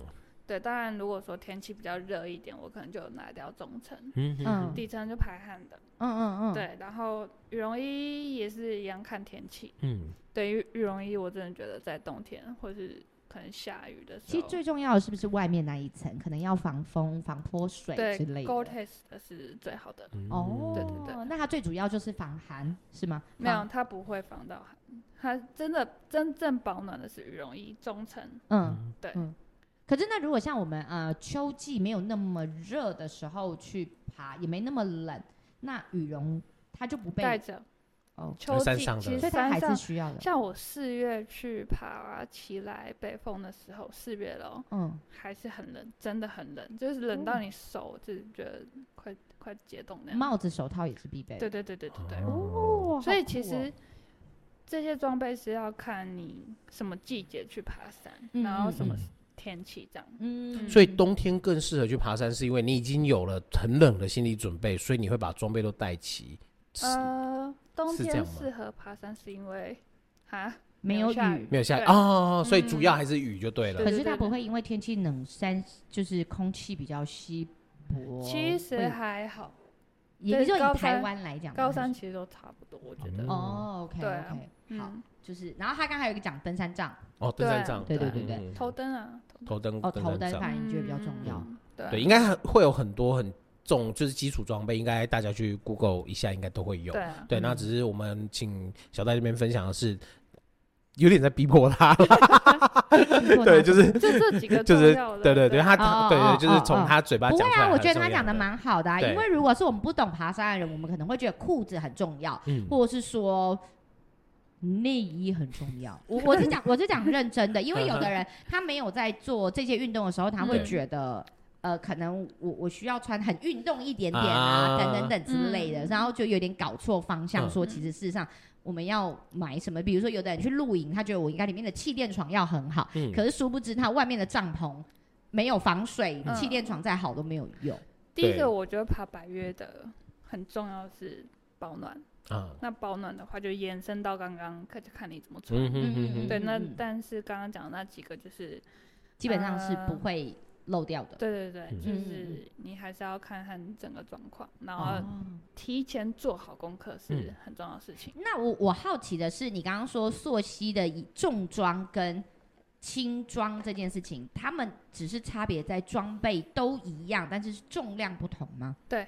Speaker 3: 对，当然如果说天气比较热一点，我可能就拿掉中层，
Speaker 2: 嗯嗯
Speaker 1: 嗯
Speaker 3: 底层就排汗的。
Speaker 1: 嗯嗯嗯，，
Speaker 3: 对，然后羽绒衣也是一样看天气。
Speaker 2: 嗯，
Speaker 3: 对，羽羽绒衣我真的觉得在冬天或是可能下雨的时
Speaker 1: 其
Speaker 3: 候，
Speaker 1: 实最重要的是不是外面那一层，可能要防风、防泼水
Speaker 3: 对
Speaker 1: 之类
Speaker 3: g o
Speaker 1: 的。
Speaker 3: t e x 的是最好的。
Speaker 2: 嗯
Speaker 1: 哦，
Speaker 3: 对对对
Speaker 1: 那它最主要就是防寒是吗？
Speaker 3: 没有，
Speaker 1: 防，
Speaker 3: 它不会防到寒，它真的真正保暖的是羽绒衣中层。
Speaker 1: 嗯，
Speaker 3: 对，
Speaker 1: 嗯可是那如果像我们呃秋季没有那么热的时候去爬，也没那么冷，那羽绒它就不
Speaker 3: 带
Speaker 1: 被，
Speaker 3: 着
Speaker 1: 哦
Speaker 3: 秋
Speaker 2: 山
Speaker 3: 季
Speaker 2: 上的
Speaker 3: 其
Speaker 1: 所
Speaker 3: 实
Speaker 1: 以它还
Speaker 3: 山
Speaker 1: 是
Speaker 3: 上
Speaker 1: 需要的。
Speaker 3: 像我四月去爬奇来北峰的时候，四月喽
Speaker 1: 嗯，
Speaker 3: 还是很冷，真的很冷，就是冷到你手就是觉得快快解冻那样。
Speaker 1: 帽子、手套也是必备。
Speaker 3: 对对对对对对，
Speaker 2: 哦，
Speaker 1: 哇，
Speaker 3: 所以
Speaker 1: 好酷
Speaker 3: 其
Speaker 1: 哦
Speaker 3: 实这些装备是要看你什么季节去爬山，
Speaker 1: 嗯
Speaker 3: 然后什么
Speaker 2: 嗯
Speaker 3: 天气这样。
Speaker 1: 嗯，
Speaker 2: 所以冬天更适合去爬山，是因为你已经有了很冷的心理准备，所以你会把装备都带齐。是
Speaker 3: 呃，冬
Speaker 2: 是这样
Speaker 3: 天
Speaker 2: 吗
Speaker 3: 适合爬山是因为啊，
Speaker 1: 没有
Speaker 3: 下
Speaker 1: 雨
Speaker 3: 雨，
Speaker 2: 没有下
Speaker 3: 对
Speaker 2: 哦，所以主要还是雨就对了。
Speaker 3: 对
Speaker 1: 可
Speaker 3: 对
Speaker 1: 是
Speaker 3: 对
Speaker 1: 它
Speaker 3: 对
Speaker 1: 不会因为天气冷，山就是空气比较稀薄。
Speaker 3: 其实
Speaker 1: 会
Speaker 3: 还好，
Speaker 1: 也
Speaker 3: 对
Speaker 1: 就以
Speaker 3: 高
Speaker 1: 台
Speaker 3: 山
Speaker 1: 湾来讲吗，
Speaker 3: 高
Speaker 1: 还
Speaker 3: 山
Speaker 1: 是
Speaker 3: 其实都差不多，我觉得。
Speaker 1: 哦，OK
Speaker 3: 对啊
Speaker 1: OK，好，
Speaker 3: 嗯，
Speaker 1: 就是然后他刚才有一个讲登山杖，
Speaker 2: 哦，登山杖，
Speaker 1: 对对
Speaker 3: 对
Speaker 1: 对
Speaker 2: 嗯
Speaker 3: 头灯啊，头
Speaker 2: 头灯
Speaker 1: 哦，
Speaker 2: 登
Speaker 1: 头
Speaker 2: 山
Speaker 1: 灯
Speaker 2: 杖
Speaker 1: 反而你觉得比较重要。
Speaker 3: 嗯对啊
Speaker 2: 对，应该很会有很多很重，就是基础装备，应该大家去 Google 一下，应该都会有
Speaker 3: 对。啊，
Speaker 2: 对，那只是我们请小戴这边分享的是，有点在逼迫他，
Speaker 1: 逼迫
Speaker 2: 对，
Speaker 1: 他
Speaker 2: 就是
Speaker 3: 就这几个
Speaker 2: 就是
Speaker 3: 重要的，啊
Speaker 2: 对对对，他
Speaker 1: 哦
Speaker 2: 对
Speaker 1: 哦
Speaker 2: 对，就是
Speaker 1: 哦
Speaker 2: 从
Speaker 1: 哦
Speaker 2: 他嘴巴
Speaker 1: 不
Speaker 2: 讲
Speaker 1: 会
Speaker 2: 出来。
Speaker 1: 啊，我觉得他讲的？蛮好的、啊，
Speaker 2: 对
Speaker 1: 因为如果是我们不懂爬山的人，我们可能会觉得裤子很重要，
Speaker 2: 嗯，
Speaker 1: 或者是说内衣很重要。我我是讲我是讲认真的，因为有的
Speaker 2: 嗯
Speaker 1: 人他没有在做这些运动的时候，他会
Speaker 2: 对
Speaker 1: 觉得。呃，可能我我需要穿很运动一点点啊，
Speaker 2: 啊
Speaker 1: 等等等之类的，
Speaker 3: 嗯
Speaker 1: 然后就有点搞错方向，
Speaker 2: 嗯
Speaker 1: 说其实事实上我们要买什么，比如说有的人去露营，他觉得我应该里面的气垫床要很好，
Speaker 2: 嗯
Speaker 1: 可是殊不知它外面的帐篷没有防水，
Speaker 3: 嗯
Speaker 1: 气垫床再好都没有用。
Speaker 3: 第一
Speaker 2: 对
Speaker 3: 个我觉得爬百越的很重要的是保暖，
Speaker 2: 啊，
Speaker 3: 那保暖的话就延伸到刚刚看就看你怎么穿。
Speaker 2: 嗯哼哼哼，
Speaker 3: 对，那
Speaker 1: 嗯嗯
Speaker 3: 但是刚刚讲的那几个就是，
Speaker 1: 基本上是不
Speaker 3: 呃
Speaker 1: 会漏掉的。
Speaker 3: 对对对，
Speaker 2: 嗯
Speaker 3: 就是你还是要看看整个状况，然后
Speaker 1: 哦，
Speaker 3: 提前做好功课是
Speaker 2: 嗯
Speaker 3: 很重要的事情。
Speaker 1: 那我我好奇的是，你刚刚说溯溪的以重装跟轻装这件事情，他们只是差别在装备都一样，但是重量不同吗？
Speaker 3: 对。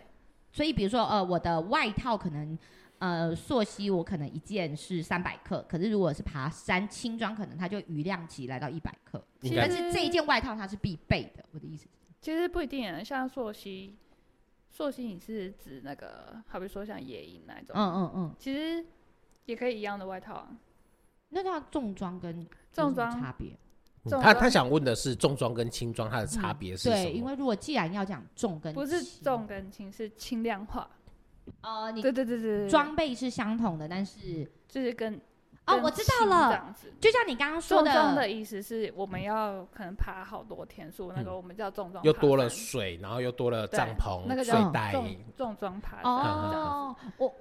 Speaker 1: 所以比如说，呃，我的外套可能，呃，溯溪我可能一件是三百克，可是如果是爬山轻装，可能它就余量级来到一百克。
Speaker 2: 应
Speaker 1: 但
Speaker 2: 该
Speaker 1: 是这一件外套它是必备的，我的意思。
Speaker 3: 其实不一定，啊像溯溪，溯溪你是指那个，好比说像野营那一种，
Speaker 1: 嗯嗯嗯，
Speaker 3: 其实也可以一样的外套啊。
Speaker 1: 那它重装跟有什
Speaker 3: 重
Speaker 1: 么
Speaker 3: 装
Speaker 1: 差别？
Speaker 2: 嗯
Speaker 3: 重
Speaker 2: 他
Speaker 3: 装
Speaker 2: 他想问的是重装跟轻装它的差别是什
Speaker 1: 对，因
Speaker 2: 么？
Speaker 1: 为如果既然要讲重跟
Speaker 3: 不是
Speaker 1: 轻
Speaker 3: 重跟轻，是轻量化。
Speaker 1: 呃，你
Speaker 3: 对对对对，对
Speaker 1: 装备是相同的，但是
Speaker 3: 就是跟
Speaker 1: 哦，
Speaker 3: 跟
Speaker 1: 我知
Speaker 3: 轻
Speaker 1: 道
Speaker 3: 这
Speaker 1: 了，
Speaker 3: 样子。
Speaker 1: 就像你刚刚说
Speaker 3: 重装
Speaker 1: 的，
Speaker 3: 的意思是我们要可能爬好多天数，那个我们叫重装爬山，
Speaker 2: 嗯又多了水，然后又多了
Speaker 3: 对
Speaker 2: 帐篷、
Speaker 3: 那个
Speaker 2: 睡
Speaker 3: 叫
Speaker 2: 袋，
Speaker 3: 重重装爬山这样子。
Speaker 1: 哦，我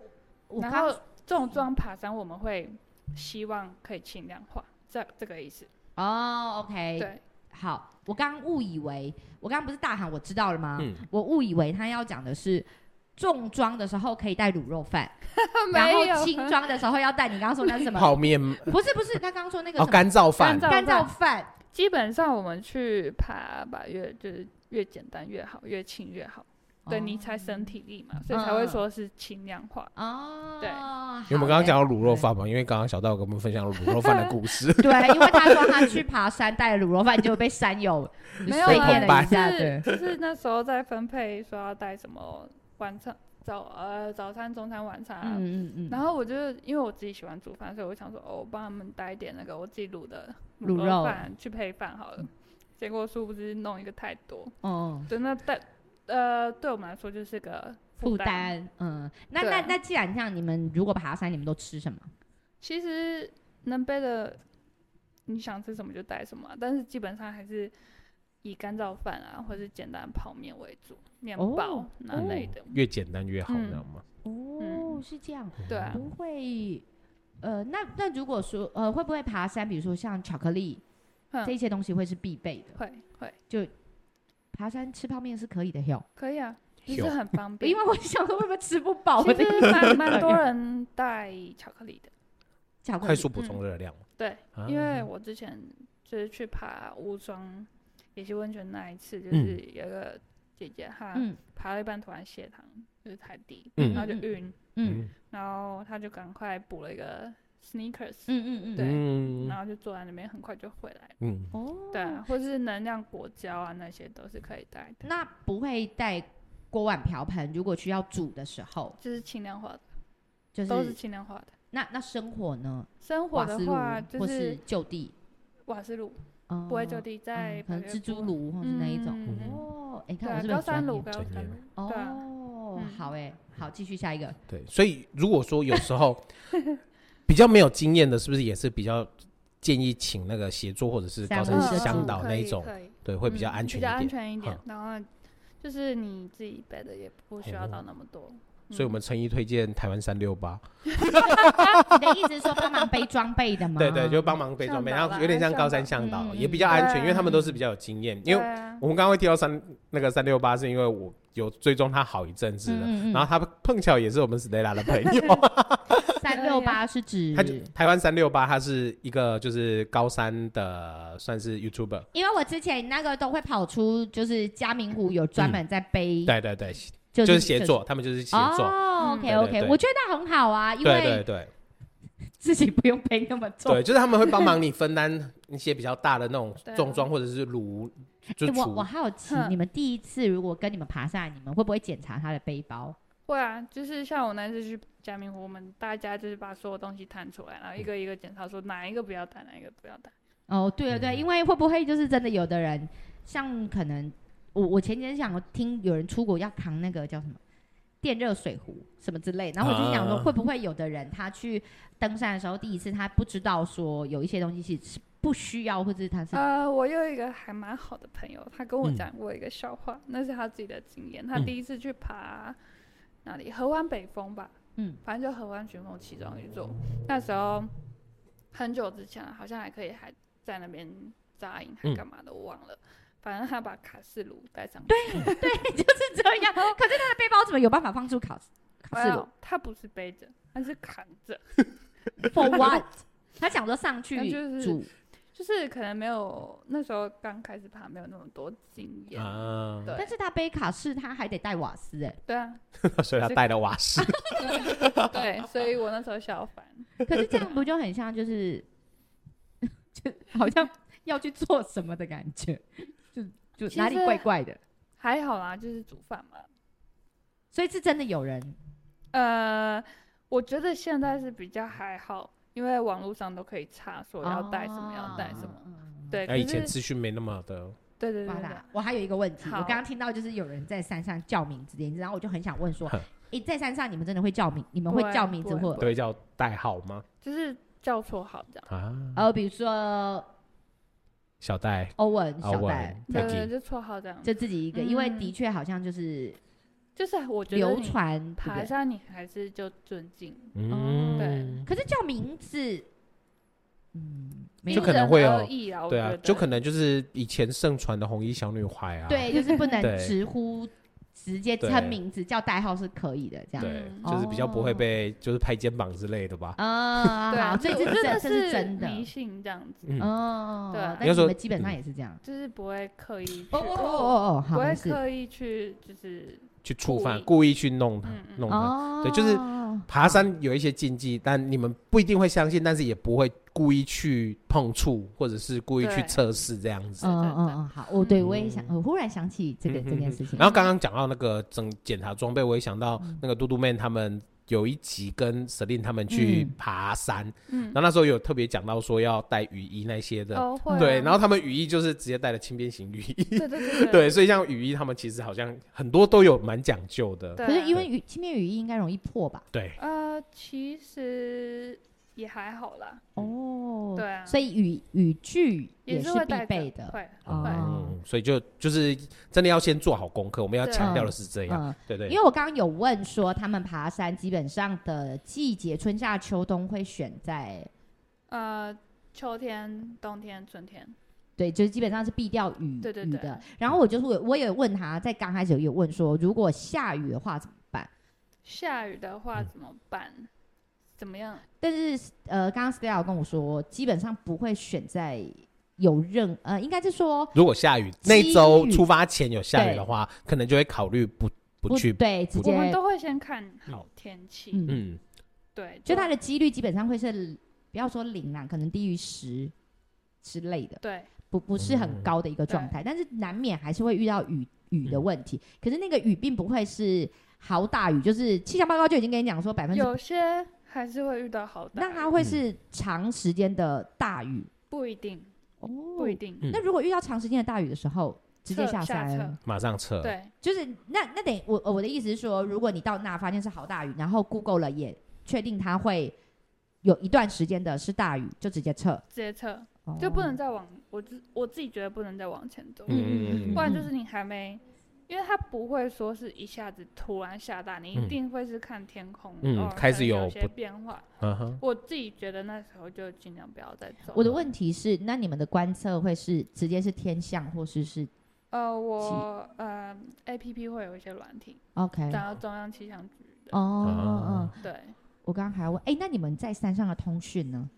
Speaker 1: 我
Speaker 3: 然
Speaker 1: 刚
Speaker 3: 后重装爬山我们会希望可以轻量化，这这个意思。
Speaker 1: 哦，OK，
Speaker 3: 对，
Speaker 1: 好，我刚误以为，我刚刚不是大喊我知道了吗？
Speaker 2: 嗯
Speaker 1: 我误以为他要讲的是重装的时候可以带卤肉饭，然
Speaker 3: 没
Speaker 1: 后
Speaker 3: 有啊
Speaker 1: 轻装的时候要带你刚刚说那是什么？
Speaker 2: 泡面
Speaker 1: 不是不是，他刚刚说那个
Speaker 2: 哦，
Speaker 1: 什么
Speaker 2: 干燥饭
Speaker 3: 干燥
Speaker 1: 干燥饭，
Speaker 3: 基本上我们去爬吧，越就是越简单越好，越轻越好。对
Speaker 1: 哦嗯
Speaker 3: 你才省体力嘛，所以才会说是轻量化。
Speaker 1: 哦，，
Speaker 3: 对
Speaker 2: 因为我们刚刚讲到卤肉
Speaker 3: 嗯
Speaker 2: 饭嘛，因为刚刚小道有跟我们分享了卤肉饭的故事
Speaker 1: 对，因为他说他去爬山带卤肉饭，就被山友
Speaker 3: 没有
Speaker 1: 碎
Speaker 2: 啊
Speaker 1: 念了一
Speaker 2: 空
Speaker 1: 下，
Speaker 3: 就是
Speaker 1: 对，
Speaker 3: 就是那时候在分配说要带什么晚餐早呃早餐、中餐、晚餐啊、
Speaker 1: 嗯嗯嗯，
Speaker 3: 然后我就因为我自己喜欢煮饭，所以我想说哦，我帮他们带一点那个我自己卤的
Speaker 1: 卤
Speaker 3: 卤
Speaker 1: 肉
Speaker 3: 肉饭去配饭好
Speaker 1: 嗯
Speaker 3: 了。结果殊不知弄一个太多，
Speaker 1: 哦，
Speaker 3: 对，那带呃对我们来说就是个
Speaker 1: 负
Speaker 3: 担。
Speaker 1: 担，嗯，那
Speaker 3: 对
Speaker 1: 那那既然这样，你们如果爬山，你们都吃什么？
Speaker 3: 其实能背的，你想吃什么就带什么啊、但是基本上还是以干燥饭啊，或是简单泡面为主，面
Speaker 1: 哦
Speaker 3: 包 那类嗯的。
Speaker 2: 越简单越好，
Speaker 3: 嗯
Speaker 2: 你知道吗？
Speaker 1: 哦，是这样，
Speaker 3: 对啊，
Speaker 1: 不会，呃，那那如果说呃，会不会爬山，比如说像巧克力
Speaker 3: 嗯
Speaker 1: 这些东西会是必备的？
Speaker 3: 会会
Speaker 1: 爬山吃泡面是可以的哟，
Speaker 3: 可以啊，就是
Speaker 2: 有
Speaker 3: 很方便。
Speaker 1: 因为我想说会不会吃不饱？我
Speaker 3: 其
Speaker 1: 的
Speaker 3: 实蛮蛮多人带巧克力的，
Speaker 1: 巧克
Speaker 2: 快
Speaker 1: 力
Speaker 2: 速补充热量嘛。
Speaker 3: 对，
Speaker 2: 啊
Speaker 3: 因为我之前就是去爬乌庄野溪温泉那一次，就
Speaker 2: 嗯
Speaker 3: 是有一个姐姐她
Speaker 1: 嗯
Speaker 3: 爬到一半突然血糖就是太低，
Speaker 2: 嗯
Speaker 3: 然后就
Speaker 1: 嗯嗯
Speaker 3: 晕，
Speaker 1: 嗯
Speaker 3: 然后她就赶快补了一个 sneakers，
Speaker 1: 嗯嗯嗯，
Speaker 3: 对
Speaker 2: 嗯
Speaker 3: 然后就坐在那边，很快就回来了。
Speaker 2: 嗯，
Speaker 1: 哦，
Speaker 3: 对、啊，或是能量果胶啊，那些都是可以带的，
Speaker 1: 那不会带锅碗瓢盆，如果需要煮的时候，
Speaker 3: 就是轻量化的，
Speaker 1: 就是
Speaker 3: 都是轻量化的。
Speaker 1: 那那生火呢？
Speaker 3: 生活
Speaker 1: 瓦
Speaker 3: 的
Speaker 1: 斯炉
Speaker 3: 话，就
Speaker 1: 或是
Speaker 3: 是
Speaker 1: 就地，
Speaker 3: 瓦斯炉，
Speaker 1: 不
Speaker 3: 不会就地在
Speaker 1: 哦可能
Speaker 3: 百
Speaker 1: 蜘
Speaker 3: 元
Speaker 1: 蛛
Speaker 3: 铺
Speaker 1: 炉或是那一种。
Speaker 3: 嗯
Speaker 2: 嗯
Speaker 1: 哦，哎，
Speaker 3: 对
Speaker 1: 看我
Speaker 3: 啊，
Speaker 1: 是不是
Speaker 3: 高
Speaker 1: 很
Speaker 3: 山
Speaker 1: 专
Speaker 3: 炉，
Speaker 1: 业？
Speaker 3: 高
Speaker 2: 专业
Speaker 3: 山炉，对啊
Speaker 1: 哦，
Speaker 3: 嗯
Speaker 1: 好哎，好，继续下一个。
Speaker 2: 对，所以如果说有时 候比较没有经验的，是不是也是比较建议请那个协作或者是
Speaker 1: 山
Speaker 2: 高山
Speaker 1: 屋的
Speaker 2: 向
Speaker 1: 助
Speaker 2: 导嗯那一种，
Speaker 3: 嗯可以可以
Speaker 2: 对，会比较
Speaker 3: 嗯
Speaker 2: 安全
Speaker 3: 比较
Speaker 2: 一
Speaker 3: 安
Speaker 2: 点。
Speaker 3: 全一点
Speaker 2: 嗯。
Speaker 3: 然后就是你自己背的也不需要到那么多，
Speaker 2: 哦所以我
Speaker 3: 嗯
Speaker 2: 们诚意推荐台湾三六八，
Speaker 1: 你的意思是说帮忙背装备的吗？
Speaker 2: 对对，就帮忙背装备，
Speaker 3: 向
Speaker 2: 然
Speaker 3: 导
Speaker 2: 后
Speaker 3: 啦
Speaker 2: 有点像
Speaker 3: 向
Speaker 2: 高
Speaker 3: 导
Speaker 2: 山向导，
Speaker 1: 嗯
Speaker 2: 也比较安全，
Speaker 3: 对嗯
Speaker 2: 因为他们都是比较有经验。因
Speaker 3: 对
Speaker 2: 为
Speaker 3: 啊
Speaker 2: 我们刚刚会提到三那个三六八，是因为我有追踪他好一阵子了，
Speaker 1: 嗯嗯嗯
Speaker 2: 然后他碰巧也是我们 Stella 的朋友，
Speaker 1: 三六
Speaker 3: 啊
Speaker 1: 八是指
Speaker 2: 他就台湾三六八，他是一个就是高山的算是 YouTuber，
Speaker 1: 因为我之前那个都会跑出，就是嘉明湖有专门在背，
Speaker 2: 嗯对对对，
Speaker 1: 嗯就
Speaker 2: 就是
Speaker 1: 是
Speaker 2: 协作，他们就是协作，
Speaker 3: 嗯
Speaker 1: 哦，OK
Speaker 2: 对对
Speaker 1: OK，
Speaker 2: 对
Speaker 1: 我觉得很好啊，因
Speaker 2: 对对
Speaker 1: 为
Speaker 2: 对
Speaker 1: 自己不用背那么重。
Speaker 2: 对，就是他们会帮忙你分担一些比较大的那种
Speaker 3: 对啊
Speaker 2: 重装或者是炉，就
Speaker 1: 欸我我
Speaker 2: 厨
Speaker 1: 好奇，
Speaker 3: 哼
Speaker 1: 你们第一次如果跟你们爬山，你们会不会检查他的背包？
Speaker 3: 会啊，就是像我那次去嘉明湖，我们大家就是把所有东西摊出来，然
Speaker 2: 嗯
Speaker 3: 后一个一个检查，说哪一个不要带，哪一个不要带。
Speaker 1: 哦，对对对，因为会不会就是真的有的人，像可能我我前几天想听有人出国要扛那个叫什么电热水壶什么之类，然后我就想说
Speaker 2: 啊
Speaker 1: 会不会有的人他去登山的时候，第一次他不知道说有一些东西是是不需要，或者是他是
Speaker 3: 呃，我有一个还蛮好的朋友，他跟我讲过一个笑话，那是他自己的经验。他
Speaker 2: 嗯
Speaker 3: 第一次去爬哪里？河湾北峰吧，
Speaker 1: 嗯，
Speaker 3: 反正就河湾群峰其中一座。那时候很久之前了，好像还可以还在那边扎营，还
Speaker 2: 嗯
Speaker 3: 干嘛的，我忘了。反正他把卡式炉带上去，对，
Speaker 1: 这样，
Speaker 3: 哦
Speaker 1: 可是他的背包怎么有办法放出考考试炉
Speaker 3: 他不是背着，他是扛着，
Speaker 1: ？For what？他想说上去
Speaker 3: 那就是
Speaker 1: 煮，
Speaker 3: 就是可能没有那时候刚开始爬，没有那么多经验。
Speaker 2: 啊，
Speaker 3: 对
Speaker 1: 但是他背卡式，他还得带瓦斯哎。
Speaker 3: 对啊，
Speaker 2: 所以他带了瓦斯，
Speaker 3: 对，所以我那时候小烦。
Speaker 1: 可是这样不就很像就是 就好像要去做什么的感觉， 就
Speaker 3: 其
Speaker 1: 就哪里
Speaker 3: 实
Speaker 1: 怪怪的。
Speaker 3: 还好啦，就是煮饭嘛。
Speaker 1: 所以是真的有人
Speaker 3: 呃，我觉得现在是比较还好，因因为网络上都可以查说要带什么，
Speaker 1: 哦
Speaker 3: 要带什么。
Speaker 1: 嗯
Speaker 3: 对，
Speaker 2: 哎，以
Speaker 3: 可是
Speaker 2: 前资讯没那么的，
Speaker 3: 对对
Speaker 1: 哇
Speaker 3: 对对
Speaker 1: 啦，我还有一个问题，我
Speaker 3: 好
Speaker 1: 刚刚听到就是有人在山上叫名字这件事，然后我就很想问 说
Speaker 2: 哼，
Speaker 1: 诶，在山上你们真的会叫名？你们会
Speaker 3: 不会
Speaker 1: 叫名字
Speaker 3: 不会
Speaker 1: 或
Speaker 3: 不会
Speaker 2: 对，叫代号吗？
Speaker 3: 就是叫绰号这样。
Speaker 2: 啊，
Speaker 1: 呃，比如说
Speaker 2: 小戴、
Speaker 1: 欧文、
Speaker 2: 阿
Speaker 1: 小戴
Speaker 2: 文、
Speaker 3: 对对，
Speaker 2: Peggy，
Speaker 3: 就绰号这样。
Speaker 1: 就自己一个，因为
Speaker 3: 嗯
Speaker 1: 的确好像就是
Speaker 3: 就是我觉得
Speaker 1: 流
Speaker 3: 你
Speaker 1: 传对不
Speaker 3: 爬
Speaker 1: 对
Speaker 3: 山，你还是就尊敬，
Speaker 2: 嗯，
Speaker 1: 哦可是叫名字，嗯，没
Speaker 2: 就
Speaker 1: 有
Speaker 2: 可能会有
Speaker 3: 因人而异啊，我
Speaker 2: 对啊
Speaker 3: 觉，
Speaker 2: 就
Speaker 3: 得
Speaker 2: 可能就是以前盛传的红衣小女孩啊，
Speaker 1: 对，就是不能
Speaker 2: 对
Speaker 1: 直呼，直接
Speaker 2: 对
Speaker 1: 称名字叫代号是可以的，这样。
Speaker 2: 对，
Speaker 3: 嗯
Speaker 2: 就是比较不会被就是拍肩膀之类的吧。
Speaker 1: 啊，
Speaker 3: 对啊，
Speaker 1: 好，所以
Speaker 3: 我
Speaker 1: 这
Speaker 3: 觉得
Speaker 1: 这是真的。
Speaker 3: 迷信这样子，
Speaker 2: 嗯，
Speaker 1: 哦，
Speaker 3: 对啊嗯
Speaker 1: 但
Speaker 2: 应该
Speaker 1: 你
Speaker 2: 说
Speaker 1: 们基本上也是这样。
Speaker 3: 就是不会刻意去，
Speaker 1: 哦哦哦哦，
Speaker 3: 不
Speaker 1: 好，
Speaker 3: 会
Speaker 1: 没事。
Speaker 3: 刻意去，就是
Speaker 2: 去触
Speaker 3: 故
Speaker 2: 犯，
Speaker 3: 意
Speaker 2: 故意去弄他
Speaker 3: 嗯，嗯
Speaker 2: 弄他。
Speaker 1: 哦，
Speaker 2: 对就是爬山有一些禁忌，但你们不一定会相信，但是也不会故意去碰触，或者是故意去
Speaker 3: 对
Speaker 2: 测试这样子
Speaker 1: 嗯。嗯嗯嗯，好，我对
Speaker 3: 嗯
Speaker 1: 我也想，我忽然想起这个
Speaker 2: 嗯嗯
Speaker 1: 这件
Speaker 2: 嗯
Speaker 1: 事情。
Speaker 2: 然后刚刚讲到那个整检查装备，我也想到
Speaker 1: 嗯
Speaker 2: 那个嘟嘟妹他们有一集跟 Selin 他们去
Speaker 1: 嗯
Speaker 2: 爬山，
Speaker 3: 嗯
Speaker 2: 然，后那时候有特别讲到说要带雨衣那些的，
Speaker 3: 哦会啊，
Speaker 2: 对，然后他们雨衣就是直接带了轻便型雨衣，
Speaker 3: 对对对
Speaker 2: 对，所以像雨衣他们其实好像很多都有蛮讲究的，
Speaker 3: 对啊，
Speaker 1: 可是因为雨轻便雨衣应该容易破吧？
Speaker 2: 对，
Speaker 3: 呃，其实也还好啦，
Speaker 1: 哦，
Speaker 3: 对啊
Speaker 1: 所以雨雨具也
Speaker 3: 是
Speaker 1: 是
Speaker 3: 会带
Speaker 1: 必
Speaker 3: 着
Speaker 1: 备的。
Speaker 3: 会会，
Speaker 1: 哦
Speaker 2: 嗯，所以就就是真的要先做好功课，我们要
Speaker 3: 对
Speaker 2: 强调的是这样，
Speaker 1: 嗯，
Speaker 2: 对对
Speaker 1: 因，为我刚刚有问说，他们爬山基本上的季节，春夏秋冬会选在
Speaker 3: 呃，秋天、冬天、春天，
Speaker 1: 对，就是基本上是避掉雨
Speaker 3: 对对
Speaker 1: 雨
Speaker 3: 对
Speaker 1: 的。然后我就是我也问他，在刚开始有问说，如果下雨的话怎么办？
Speaker 3: 下雨的话
Speaker 2: 嗯
Speaker 3: 怎么办？怎么样？
Speaker 1: 但是呃，刚刚 Stella 有跟我说，基本上不会选在有任呃，应该是说
Speaker 2: 如果下雨那一周出发前有下雨的话，可能就会考虑不不去，
Speaker 1: 对，直
Speaker 3: 我们
Speaker 1: 接
Speaker 3: 都会先看好天气，
Speaker 1: 嗯，
Speaker 2: 嗯，
Speaker 3: 对，
Speaker 1: 就它的几率基本上会是不要说零啦，可能低于十之类的，
Speaker 3: 对
Speaker 1: 不不是很高的一个状态，但是难免还是会遇到雨雨的问题。可是那个雨并不会是好大雨，就是气象报告就已经跟你讲说百分之，
Speaker 3: 有些还是会遇到好大
Speaker 1: 那
Speaker 3: 雨，
Speaker 1: 它会是长时间的大雨
Speaker 3: 不一定，
Speaker 1: 哦。
Speaker 3: 不一定，
Speaker 2: 嗯
Speaker 1: 那如果遇到长时间的大雨的时候，直接
Speaker 3: 测
Speaker 1: 下
Speaker 3: 下
Speaker 1: 山。
Speaker 3: 测
Speaker 2: 马上撤，
Speaker 3: 对，
Speaker 1: 就是那那等于我我的意思是说，如果你到那发现是好大雨，然后 Google 了也确定它会有一段时间的是大雨，就直接撤，
Speaker 3: 直接测，
Speaker 1: 哦
Speaker 3: 就不能再往我自我自己觉得不能再往前走，
Speaker 2: 嗯嗯嗯
Speaker 3: 不然就是你还没，因为它不会说是一下子突然下大，你
Speaker 2: 嗯
Speaker 3: 一定会是看天空，
Speaker 2: 嗯
Speaker 3: 偶尔
Speaker 2: 开始
Speaker 3: 可能有
Speaker 2: 有
Speaker 3: 些
Speaker 2: 不
Speaker 3: 变化。
Speaker 2: 嗯哼，
Speaker 3: 我自己觉得那时候就尽量不要再走。
Speaker 1: 我的问题是，那你们的观测会是直接是天象，或是是
Speaker 3: 呃，我呃，A P P 会有一些软体，
Speaker 1: OK？
Speaker 3: 然后中央气象局的，
Speaker 1: 哦，嗯
Speaker 2: 啊，
Speaker 3: 对，
Speaker 1: 我刚刚还要问，哎，那你们在山上的通讯呢？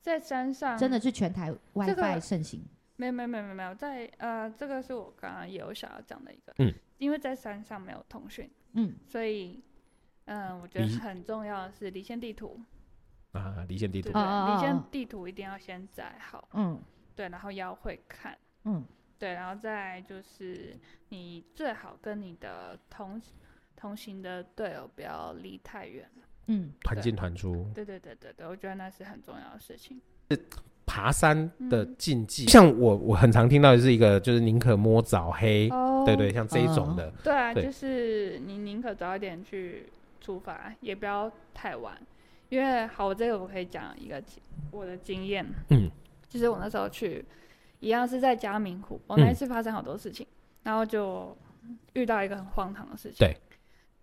Speaker 3: 在山上
Speaker 1: 真的是全台
Speaker 3: 啊这个
Speaker 1: WiFi 盛行？
Speaker 3: 没有没有没有没有没有在呃，这个是我刚刚也有想要讲的一个，
Speaker 2: 嗯，
Speaker 3: 因为在山上没有通讯，
Speaker 1: 嗯，
Speaker 3: 所以嗯、呃我觉得
Speaker 2: 离
Speaker 3: 很重要的是离线地图，
Speaker 2: 啊，离线地
Speaker 3: 对
Speaker 2: 图
Speaker 3: 不，对？
Speaker 1: 哦哦哦
Speaker 3: 离线
Speaker 1: 哦
Speaker 3: 地图一定要先载好，
Speaker 1: 嗯
Speaker 3: 对，然后要会看，
Speaker 1: 嗯
Speaker 3: 对，然后再就是你最好跟你的同同行的队友不要离太远，
Speaker 1: 嗯，
Speaker 2: 团进团出，
Speaker 3: 对对对对对，我觉得那是很重要的事情，
Speaker 2: 爬山的
Speaker 3: 嗯
Speaker 2: 禁忌，像我我很常听到的是一个就是宁可摸早黑，
Speaker 3: 哦
Speaker 2: 对对，像这一种的，
Speaker 3: 对啊，
Speaker 2: 对
Speaker 3: 就是你宁可早一点去出发，也不要太晚，因为好，我这个我可以讲一个经我的经验，
Speaker 2: 嗯，
Speaker 3: 就是我那时候去，一样是在嘉明湖，我那一
Speaker 2: 嗯
Speaker 3: 次发生好多事情，然后就遇到一个很荒唐的事情，
Speaker 2: 对，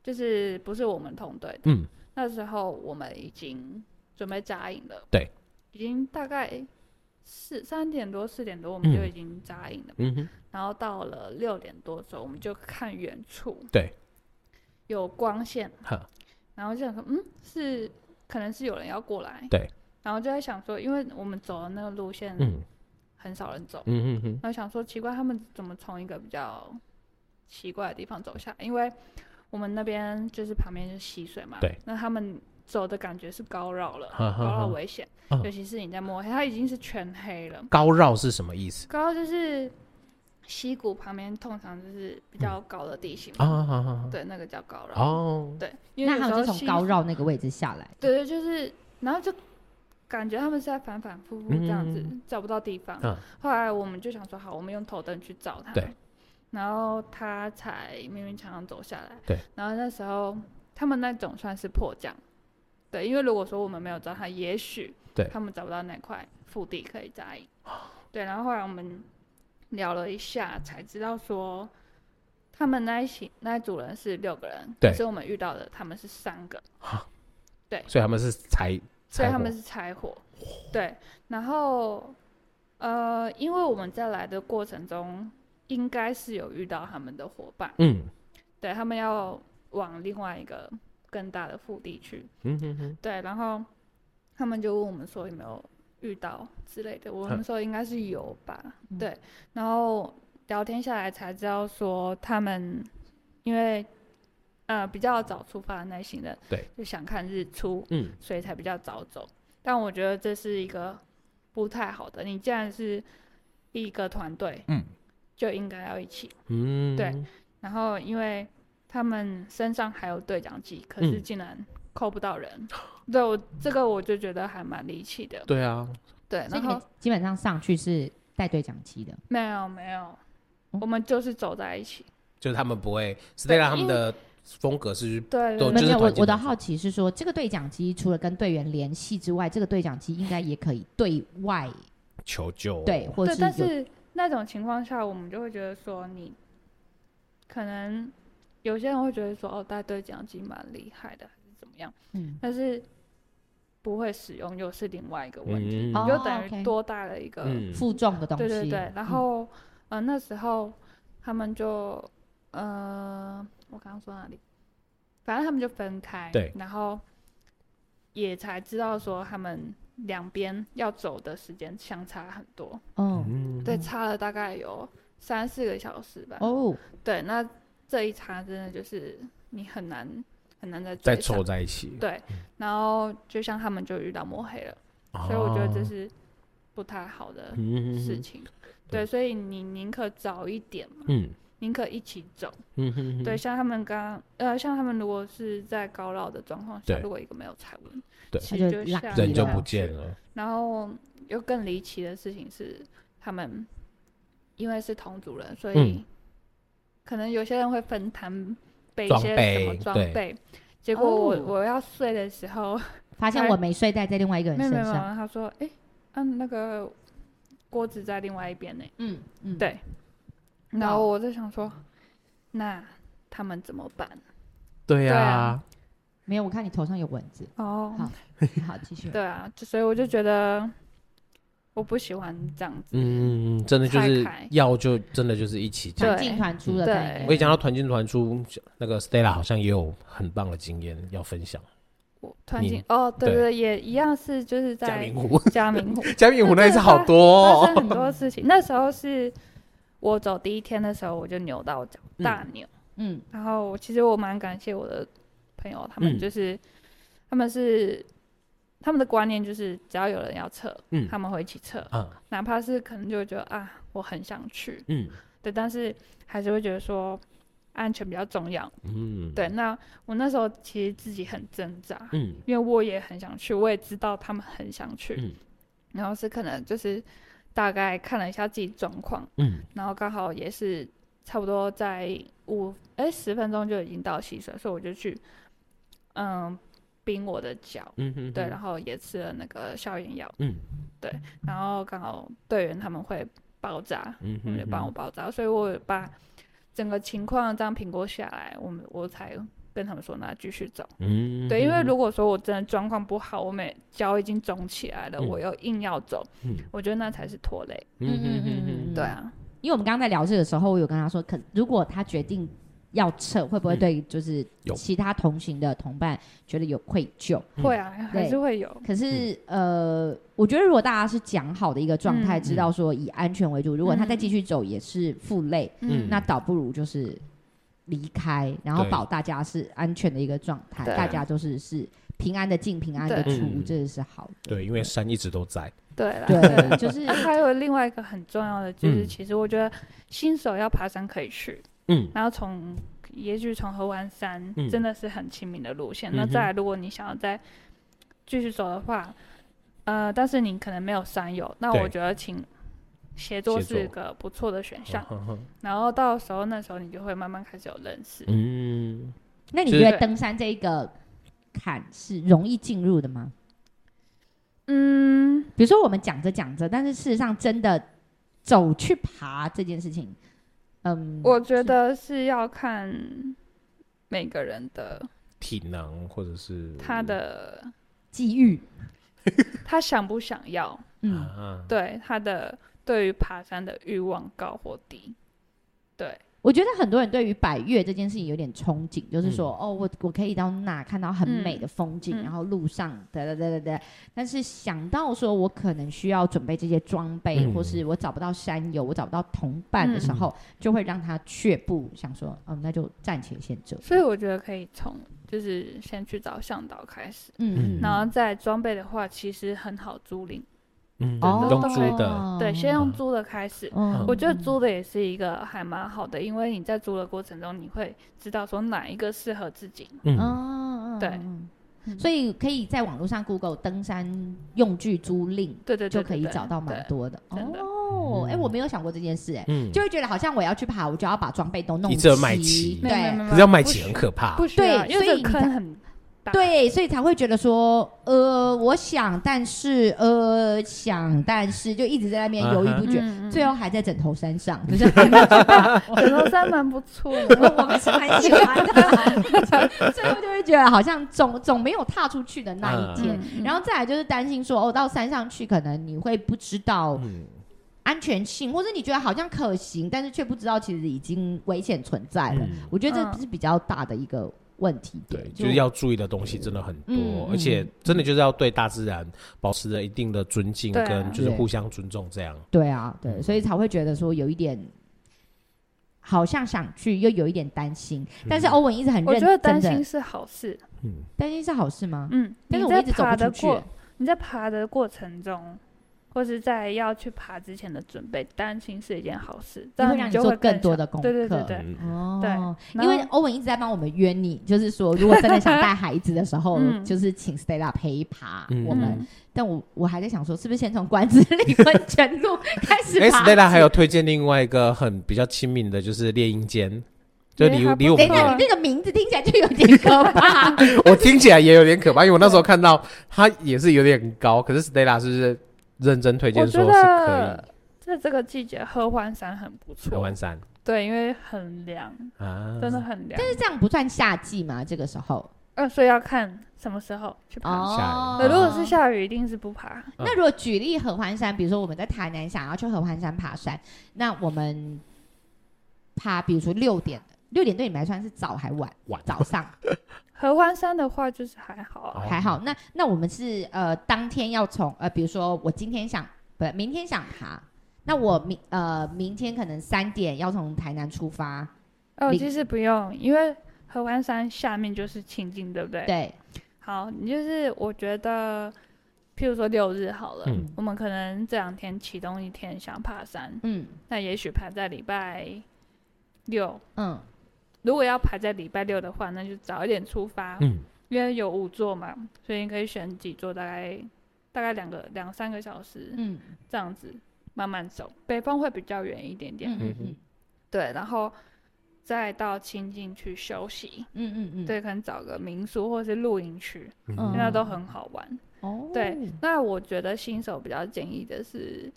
Speaker 3: 就是不是我们同队的，
Speaker 2: 嗯，
Speaker 3: 那时候我们已经准备扎营了，
Speaker 2: 对，
Speaker 3: 已经大概四三点多四点多我们就
Speaker 2: 嗯
Speaker 3: 已经扎营了。
Speaker 2: 嗯哼，
Speaker 3: 然后到了六点多的时候，我们就看远处，
Speaker 2: 对，
Speaker 3: 有光线，
Speaker 2: 哈，
Speaker 3: 然后就想说，嗯，是可能是有人要过来，
Speaker 2: 对，
Speaker 3: 然后就在想说，因为我们走的那个路线
Speaker 2: 嗯
Speaker 3: 很少人走，
Speaker 2: 嗯嗯嗯，
Speaker 3: 然后想说奇怪，他们怎么从一个比较奇怪的地方走下来？因为我们那边就是旁边就是溪水嘛，
Speaker 2: 对，
Speaker 3: 那他们走的感觉是高绕了，
Speaker 2: 哈
Speaker 3: 高绕
Speaker 2: 哈哈，
Speaker 3: 危险，
Speaker 2: 嗯
Speaker 3: 尤其是你在摸黑，它已经是全黑了。
Speaker 2: 高绕是什么意思？
Speaker 3: 高就是溪谷旁边，通常就是比较高的地形
Speaker 2: 啊
Speaker 3: 嘛。
Speaker 2: 哈哈，
Speaker 3: 对，那个叫高绕。
Speaker 2: 哦，
Speaker 3: 对，因为
Speaker 1: 那
Speaker 3: 有
Speaker 1: 他
Speaker 3: 时
Speaker 1: 们
Speaker 3: 候
Speaker 1: 是从
Speaker 3: 溪
Speaker 1: 高。绕那个位置下来，
Speaker 3: 对对，就是，然后就感觉他们是在反反复复这样子、
Speaker 2: 嗯
Speaker 3: 找不到地方。
Speaker 2: 嗯
Speaker 3: 后来我们就想说，好，我们用头灯去找他。
Speaker 2: 对。
Speaker 3: 然后他才勉勉强强走下来。
Speaker 2: 对。
Speaker 3: 然后那时候他们那种算是迫降，对，因为如果说我们没有找他，也许
Speaker 2: 对
Speaker 3: 他们找不到那块腹地可以扎营。对，然后后来我们聊了一下，才知道说。他们那一起那一组人是六个人，
Speaker 2: 对
Speaker 3: 可是我们遇到的他们是三个，
Speaker 2: 所以他们是才，
Speaker 3: 所
Speaker 2: 柴
Speaker 3: 以他
Speaker 2: 火
Speaker 3: 们是柴火，对。然后，呃，因为我们在来的过程中，应该是有遇到他们的伙伴，
Speaker 2: 嗯
Speaker 3: 对他们要往另外一个更大的腹地去，
Speaker 2: 嗯嗯嗯，
Speaker 3: 对。然后他们就问我们说有没有遇到之类
Speaker 2: 嗯
Speaker 3: 的，我们说应该是有吧，对。然后聊天下来才知道说他们因为。呃，比较早出发的那一行人，
Speaker 2: 对，
Speaker 3: 就想看日出，
Speaker 2: 嗯，
Speaker 3: 所以才比较早走。但我觉得这是一个不太好的。你既然是一个团队，
Speaker 2: 嗯，
Speaker 3: 就应该要一起。
Speaker 2: 嗯，
Speaker 3: 对，然后因为他们身上还有对讲机，可是
Speaker 2: 嗯
Speaker 3: 竟然扣不到人，对我这个我就觉得还蛮离奇的。
Speaker 2: 对啊，
Speaker 3: 对，
Speaker 4: 所以
Speaker 3: 然
Speaker 4: 你们
Speaker 3: 后
Speaker 4: 基本上上去是带对讲机的，
Speaker 3: 没有没
Speaker 2: 哦
Speaker 3: 有，
Speaker 4: 嗯
Speaker 3: 我们就是走在一起。
Speaker 2: 就是他们不会 Stella 他们的风格是
Speaker 3: 对
Speaker 2: 都
Speaker 3: 对
Speaker 2: 哦就
Speaker 4: 没
Speaker 2: 是
Speaker 4: 有没有，我
Speaker 2: 团建
Speaker 4: 我
Speaker 2: 的
Speaker 4: 的
Speaker 2: 组
Speaker 4: 好奇是说，这个对讲机除了跟队员联系之外，这个对讲机应该也可以对外
Speaker 2: 求救，
Speaker 4: 对，或
Speaker 3: 对，但
Speaker 4: 有
Speaker 3: 是那种情况下，我们就会觉得说你可能有些人会觉得说哦，带对讲机蛮厉害的，还是怎么样？
Speaker 4: 嗯，
Speaker 3: 但是不会使用又是另外一个问题，
Speaker 2: 嗯，
Speaker 4: 哦
Speaker 3: 你就等于
Speaker 4: OK
Speaker 3: 多带了一个，
Speaker 2: 嗯
Speaker 4: 负重的东西。
Speaker 3: 对对对。
Speaker 4: 嗯
Speaker 3: 然后、呃那时候他们就呃我刚刚说哪里？反正他们就分开，
Speaker 2: 对
Speaker 3: 然后也才知道说他们两边要走的时间相差很多，
Speaker 4: 哦
Speaker 2: 嗯
Speaker 3: 对，差了大概有三四个小时吧。
Speaker 4: 哦，
Speaker 3: 对，那这一差真的就是你很难很难再
Speaker 2: 再
Speaker 3: 追上
Speaker 2: 凑在一起，
Speaker 3: 对，然后就像他们就遇到摸黑了，所以我觉得这是不太好的
Speaker 2: 哦嗯
Speaker 3: 事情。对，
Speaker 2: 对
Speaker 3: 所以你宁可早一点嘛，
Speaker 2: 嗯
Speaker 3: 宁可一起走。
Speaker 2: 嗯嗯，
Speaker 3: 对，像他们刚呃，像他们如果是在高绕的状况下，
Speaker 2: 对
Speaker 3: 如果一个没有踩稳，
Speaker 2: 对
Speaker 3: 其
Speaker 4: 他
Speaker 3: 实
Speaker 4: 就
Speaker 3: 就
Speaker 4: 拉
Speaker 3: 下
Speaker 4: 地
Speaker 2: 人就
Speaker 4: 了
Speaker 2: 不见了，
Speaker 3: 然后又更离奇的事情是，他们因为是同族人，所以
Speaker 2: 嗯
Speaker 3: 可能有些人会分摊背一
Speaker 2: 装
Speaker 3: 些什么
Speaker 2: 备
Speaker 3: 装
Speaker 2: 对
Speaker 3: 备。结果我、
Speaker 4: 哦
Speaker 3: 我要睡的时候，
Speaker 4: 发现我没睡袋在另外一个人
Speaker 3: 没有没
Speaker 4: 身
Speaker 3: 有，没有
Speaker 4: 上，
Speaker 3: 他说，哎、嗯、那个锅子在另外一边呢。
Speaker 4: 嗯嗯，
Speaker 3: 对然
Speaker 4: 哇
Speaker 3: 后我就想说，那他们怎么办？
Speaker 2: 对
Speaker 3: 对
Speaker 2: 呀
Speaker 3: 啊，
Speaker 4: 没有，我看你头上有蚊子。
Speaker 3: 哦，
Speaker 4: 好好，继续。
Speaker 3: 对啊，就所以我就觉得我不喜欢这样子。
Speaker 2: 嗯，真的就是
Speaker 3: 拆开
Speaker 2: 要就真的就是一起讲。
Speaker 4: 团进团出的
Speaker 3: 对
Speaker 4: 概念
Speaker 2: 我跟你讲到团进团出，那个 Stella 好像也有很棒的经验要分享。
Speaker 3: 我团进
Speaker 2: 你
Speaker 3: 哦，对
Speaker 2: 对
Speaker 3: 对对，也一样是就是在
Speaker 2: 湖，
Speaker 3: 嘉明湖
Speaker 2: 嘉明湖那一次好多
Speaker 3: 发
Speaker 2: 哦
Speaker 3: 生很多事情。那时候是我走第一天的时候，我就扭到脚，
Speaker 2: 嗯
Speaker 3: 大扭。
Speaker 4: 嗯，
Speaker 3: 然后其实我蛮感谢我的朋友，他
Speaker 2: 嗯
Speaker 3: 们就是、他们是他们的观念就是只要有人要撤，
Speaker 2: 嗯
Speaker 3: 他们会一起撤，
Speaker 2: 啊，
Speaker 3: 哪怕是可能就会觉得啊，我很想去，
Speaker 2: 嗯
Speaker 3: 对，但是还是会觉得说安全比较重要。
Speaker 2: 嗯，
Speaker 3: 对，，那我那时候其实自己很挣扎，
Speaker 2: 嗯
Speaker 3: 因为我也很想去，我也知道他们很想去，
Speaker 2: 嗯
Speaker 3: 然后是可能就是大概看了一下自己状况，
Speaker 2: 嗯
Speaker 3: 然后刚好也是差不多在五哎十分钟就已经到溪水，所以我就去嗯冰我的脚，
Speaker 2: 嗯嗯，
Speaker 3: 对，然后也吃了那个消炎药，
Speaker 2: 嗯
Speaker 3: 然后刚好队员他们会包扎，
Speaker 2: 嗯
Speaker 3: 他们就帮我包扎，所以我把整个情况这样评估下来，我们我才跟他们说那继续走。
Speaker 2: 嗯，
Speaker 3: 对，因为如果说我真的状况不好，我每脚已经肿起来了，
Speaker 2: 嗯
Speaker 3: 我又硬要走，
Speaker 2: 嗯
Speaker 3: 我觉得那才是拖累。
Speaker 4: 嗯
Speaker 3: 对啊，
Speaker 4: 因为我们刚刚在聊这个时候，我有跟他说，可如果他决定要撤，会不会
Speaker 2: 嗯
Speaker 4: 对就是
Speaker 2: 有
Speaker 4: 其他同行的同伴觉得有愧疚？
Speaker 2: 嗯
Speaker 3: 会啊，还是会有。
Speaker 4: 可是、呃，我觉得如果大家是讲好的一个状态，
Speaker 3: 嗯
Speaker 4: 知道说以安全为主，如果他再继续走也是负累，
Speaker 2: 嗯
Speaker 4: 那倒不如就是离开，然后
Speaker 2: 对
Speaker 4: 保大家是安全的一个状态，
Speaker 3: 对
Speaker 4: 大家都是是平安的进，平安的
Speaker 3: 对
Speaker 4: 出
Speaker 2: 嗯，
Speaker 4: 这是好的。
Speaker 2: 对，因为山一直都在，
Speaker 3: 对啦，
Speaker 4: 对， 就是
Speaker 3: 啊，还有另外一个很重要的，就是
Speaker 2: 嗯
Speaker 3: 其实我觉得新手要爬山可以去，
Speaker 2: 嗯
Speaker 3: 然后从也许从合欢山
Speaker 2: 嗯
Speaker 3: 真的是很亲民的路线。
Speaker 2: 嗯
Speaker 3: 那
Speaker 2: 哼
Speaker 3: 再来，如果你想要再继续走的话，呃，但是你可能没有山友，那
Speaker 2: 对嗯
Speaker 3: 我觉得请协作
Speaker 2: 协作
Speaker 3: 是个不错的选项。
Speaker 2: 哼哼
Speaker 3: 然后到时候那时候你就会慢慢开始有认识。
Speaker 2: 嗯，
Speaker 1: 那你
Speaker 2: 就
Speaker 1: 觉
Speaker 2: 是
Speaker 1: 得登山这一个坎是容易进入的吗？
Speaker 3: 嗯，
Speaker 1: 比如说我们讲着讲着，但是事实上真的走去爬这件事情，嗯，
Speaker 3: 我觉得是要看每个人的
Speaker 2: 体能或者是
Speaker 3: 他的
Speaker 1: 机遇，
Speaker 3: 他想不想要，
Speaker 1: 嗯，
Speaker 2: 啊，
Speaker 3: 对他的对于爬山的欲望高或低。对，
Speaker 1: 我觉得很多人对于百越这件事情有点憧憬，就是说，哦，我我可以到那看到很美的风景，
Speaker 3: 嗯嗯
Speaker 1: 然后路上哒哒哒哒哒。但是想到说我可能需要准备这些装备，
Speaker 2: 嗯
Speaker 1: 或是我找不到山友，我找不到同伴的时候，就会让他却步，想说，嗯，那就暂且先这。
Speaker 3: 所以我觉得可以从就是先去找向导开始，
Speaker 1: 嗯
Speaker 2: 嗯
Speaker 1: 嗯
Speaker 3: 然后在装备的话，其实很好租赁，
Speaker 2: 嗯，
Speaker 1: 哦，
Speaker 2: 都租的，
Speaker 3: 对，先用租的开始。
Speaker 1: 嗯
Speaker 3: 我觉得租的也是一个还蛮好的，因为你在租的过程中，你会知道说哪一个适合自己。
Speaker 2: 嗯，
Speaker 1: 嗯，嗯
Speaker 3: 对
Speaker 1: 嗯
Speaker 3: 嗯
Speaker 1: 所以可以在网络上 Google 登山用具租赁，
Speaker 3: 对对对
Speaker 1: 就可以找到蛮。多的。
Speaker 3: 对真的
Speaker 1: 哦，哎，
Speaker 2: 嗯
Speaker 1: 我没有想过这件事，哎。
Speaker 2: 嗯，
Speaker 1: 就会觉得好像我要去爬，我就要把装备都弄
Speaker 2: 一直买齐
Speaker 3: 对没有
Speaker 1: 对
Speaker 3: 没有没有
Speaker 2: 可是要卖起很可怕，
Speaker 3: 不需要，
Speaker 1: 对
Speaker 3: 因为
Speaker 1: 所
Speaker 3: 这
Speaker 1: 以
Speaker 3: 个
Speaker 1: 你才
Speaker 3: 坑很大。，
Speaker 1: 对，所以才会觉得说，呃，我想，但是，呃，想，但是，就一直在那边犹豫不决，
Speaker 3: 嗯嗯
Speaker 1: 最后还在枕头山上，就是很 难去爬。我
Speaker 3: 枕头山蛮不错
Speaker 1: 我
Speaker 3: 的。
Speaker 1: 我们是蛮喜欢 的，最后就会觉得好像总总没有踏出去的那一天。
Speaker 3: 嗯
Speaker 1: 然后再来就是担心说，哦，到山上去可能你会不知道
Speaker 2: 嗯，
Speaker 1: 安全性，或者你觉得好像可行，但是却不知道其实已经危险存在了。
Speaker 2: 嗯
Speaker 1: 我觉得这
Speaker 3: 嗯
Speaker 1: 是比较大的一个问题点，
Speaker 2: 对，就是要注意的东西真的很
Speaker 1: 嗯
Speaker 2: 多，而且真的就是要对大自然保持着一定的尊敬，
Speaker 3: 对啊
Speaker 2: 跟就是
Speaker 1: 对
Speaker 2: 互相尊重这样。
Speaker 1: 对啊，对，
Speaker 2: 嗯
Speaker 1: 所以才会觉得说有一点。好像想去，又有一点担心，但是
Speaker 2: 嗯
Speaker 1: 欧文一直很认
Speaker 3: 我
Speaker 1: 真
Speaker 3: 觉
Speaker 1: 的。
Speaker 3: 得担心是好事。
Speaker 2: 嗯，
Speaker 1: 担心是好事吗？
Speaker 3: 嗯，
Speaker 1: 但是
Speaker 3: 你
Speaker 1: 我
Speaker 3: 在
Speaker 1: 一直走
Speaker 3: 爬
Speaker 1: 不出
Speaker 3: 的
Speaker 1: 去欸
Speaker 3: 过，你在爬的过程中，或是在要去爬之前的准备，担心是一件好事，这
Speaker 1: 你会
Speaker 3: 样
Speaker 1: 让你
Speaker 3: 就
Speaker 1: 做
Speaker 3: 会
Speaker 1: 更多
Speaker 3: 想
Speaker 1: 的功
Speaker 3: 对对对
Speaker 1: 课
Speaker 3: 对，
Speaker 2: 嗯
Speaker 1: 哦，
Speaker 3: 对
Speaker 1: 因为
Speaker 3: 然
Speaker 1: 欧文一直在帮我们约你，就是说，如果真的想带孩子的时候，
Speaker 3: 嗯
Speaker 1: 就是请 Stella 陪爬
Speaker 2: 嗯
Speaker 1: 我们。
Speaker 3: 嗯
Speaker 1: 但我我还在想说，是不是先从关子岭温泉路开始
Speaker 2: 哎
Speaker 1: 爬
Speaker 2: ，Stella 还
Speaker 1: 起
Speaker 2: 有推荐另外一个很比较亲民的，就是猎鹰间，就
Speaker 3: 哎
Speaker 2: 离
Speaker 3: 还不
Speaker 2: 离我
Speaker 1: 等
Speaker 2: 们
Speaker 1: 一下，
Speaker 2: 很
Speaker 1: 你那个名字听起来就有点可 怕。
Speaker 2: 我听起来也有点可怕，因为我那时候看到它也是有点高，可是 Stella 是不是认真推荐
Speaker 3: 我觉
Speaker 2: 说是可
Speaker 3: 得在这个季节合欢山很不
Speaker 2: 以台
Speaker 3: 错
Speaker 2: 湾，山
Speaker 3: 对，因为很凉，
Speaker 2: 啊，
Speaker 3: 真的很凉。
Speaker 1: 但是这样不算夏季嘛？这个时候
Speaker 3: 呃，所以要看什么时候去爬。
Speaker 2: 哦
Speaker 3: 呃对，如果是下雨，一定是不爬。
Speaker 1: 那如果举例合欢山，比如说我们在台南想要去合欢山爬山，那我们爬，比如说六点，六点对你们来算是早还晚？
Speaker 2: 晚
Speaker 1: 早上
Speaker 3: 合欢山的话就是还好啊，
Speaker 2: 哦
Speaker 1: 还好。那那我们是呃当天要从呃，比如说我今天想不，明天想爬。那我明呃明天可能三点要从台南出发，
Speaker 3: 哦，
Speaker 1: 零
Speaker 3: 其实不用，因为合欢山下面就是清境，对不对？。
Speaker 1: 对，
Speaker 3: 好，你就是我觉得，譬如说六日好了，
Speaker 2: 嗯
Speaker 3: 我们可能这两天其中一天想爬山，
Speaker 1: 嗯
Speaker 3: 那也许排在礼拜六。
Speaker 1: 嗯，
Speaker 3: 如果要排在礼拜六的话，那就早一点出发，
Speaker 2: 嗯
Speaker 3: 因为有五座嘛，所以你可以选几座，大概大概两个两三个小时，
Speaker 1: 嗯
Speaker 3: 这样子慢慢走。北峰会比较远一点点，
Speaker 1: 嗯嗯嗯
Speaker 3: 对，然后再到清境去休息，
Speaker 1: 嗯嗯嗯，，
Speaker 3: 对，可能找个民宿或是露营区，
Speaker 1: 嗯
Speaker 3: 那都很好玩。
Speaker 1: 哦，
Speaker 3: 对，那我觉得新手比较建议的是，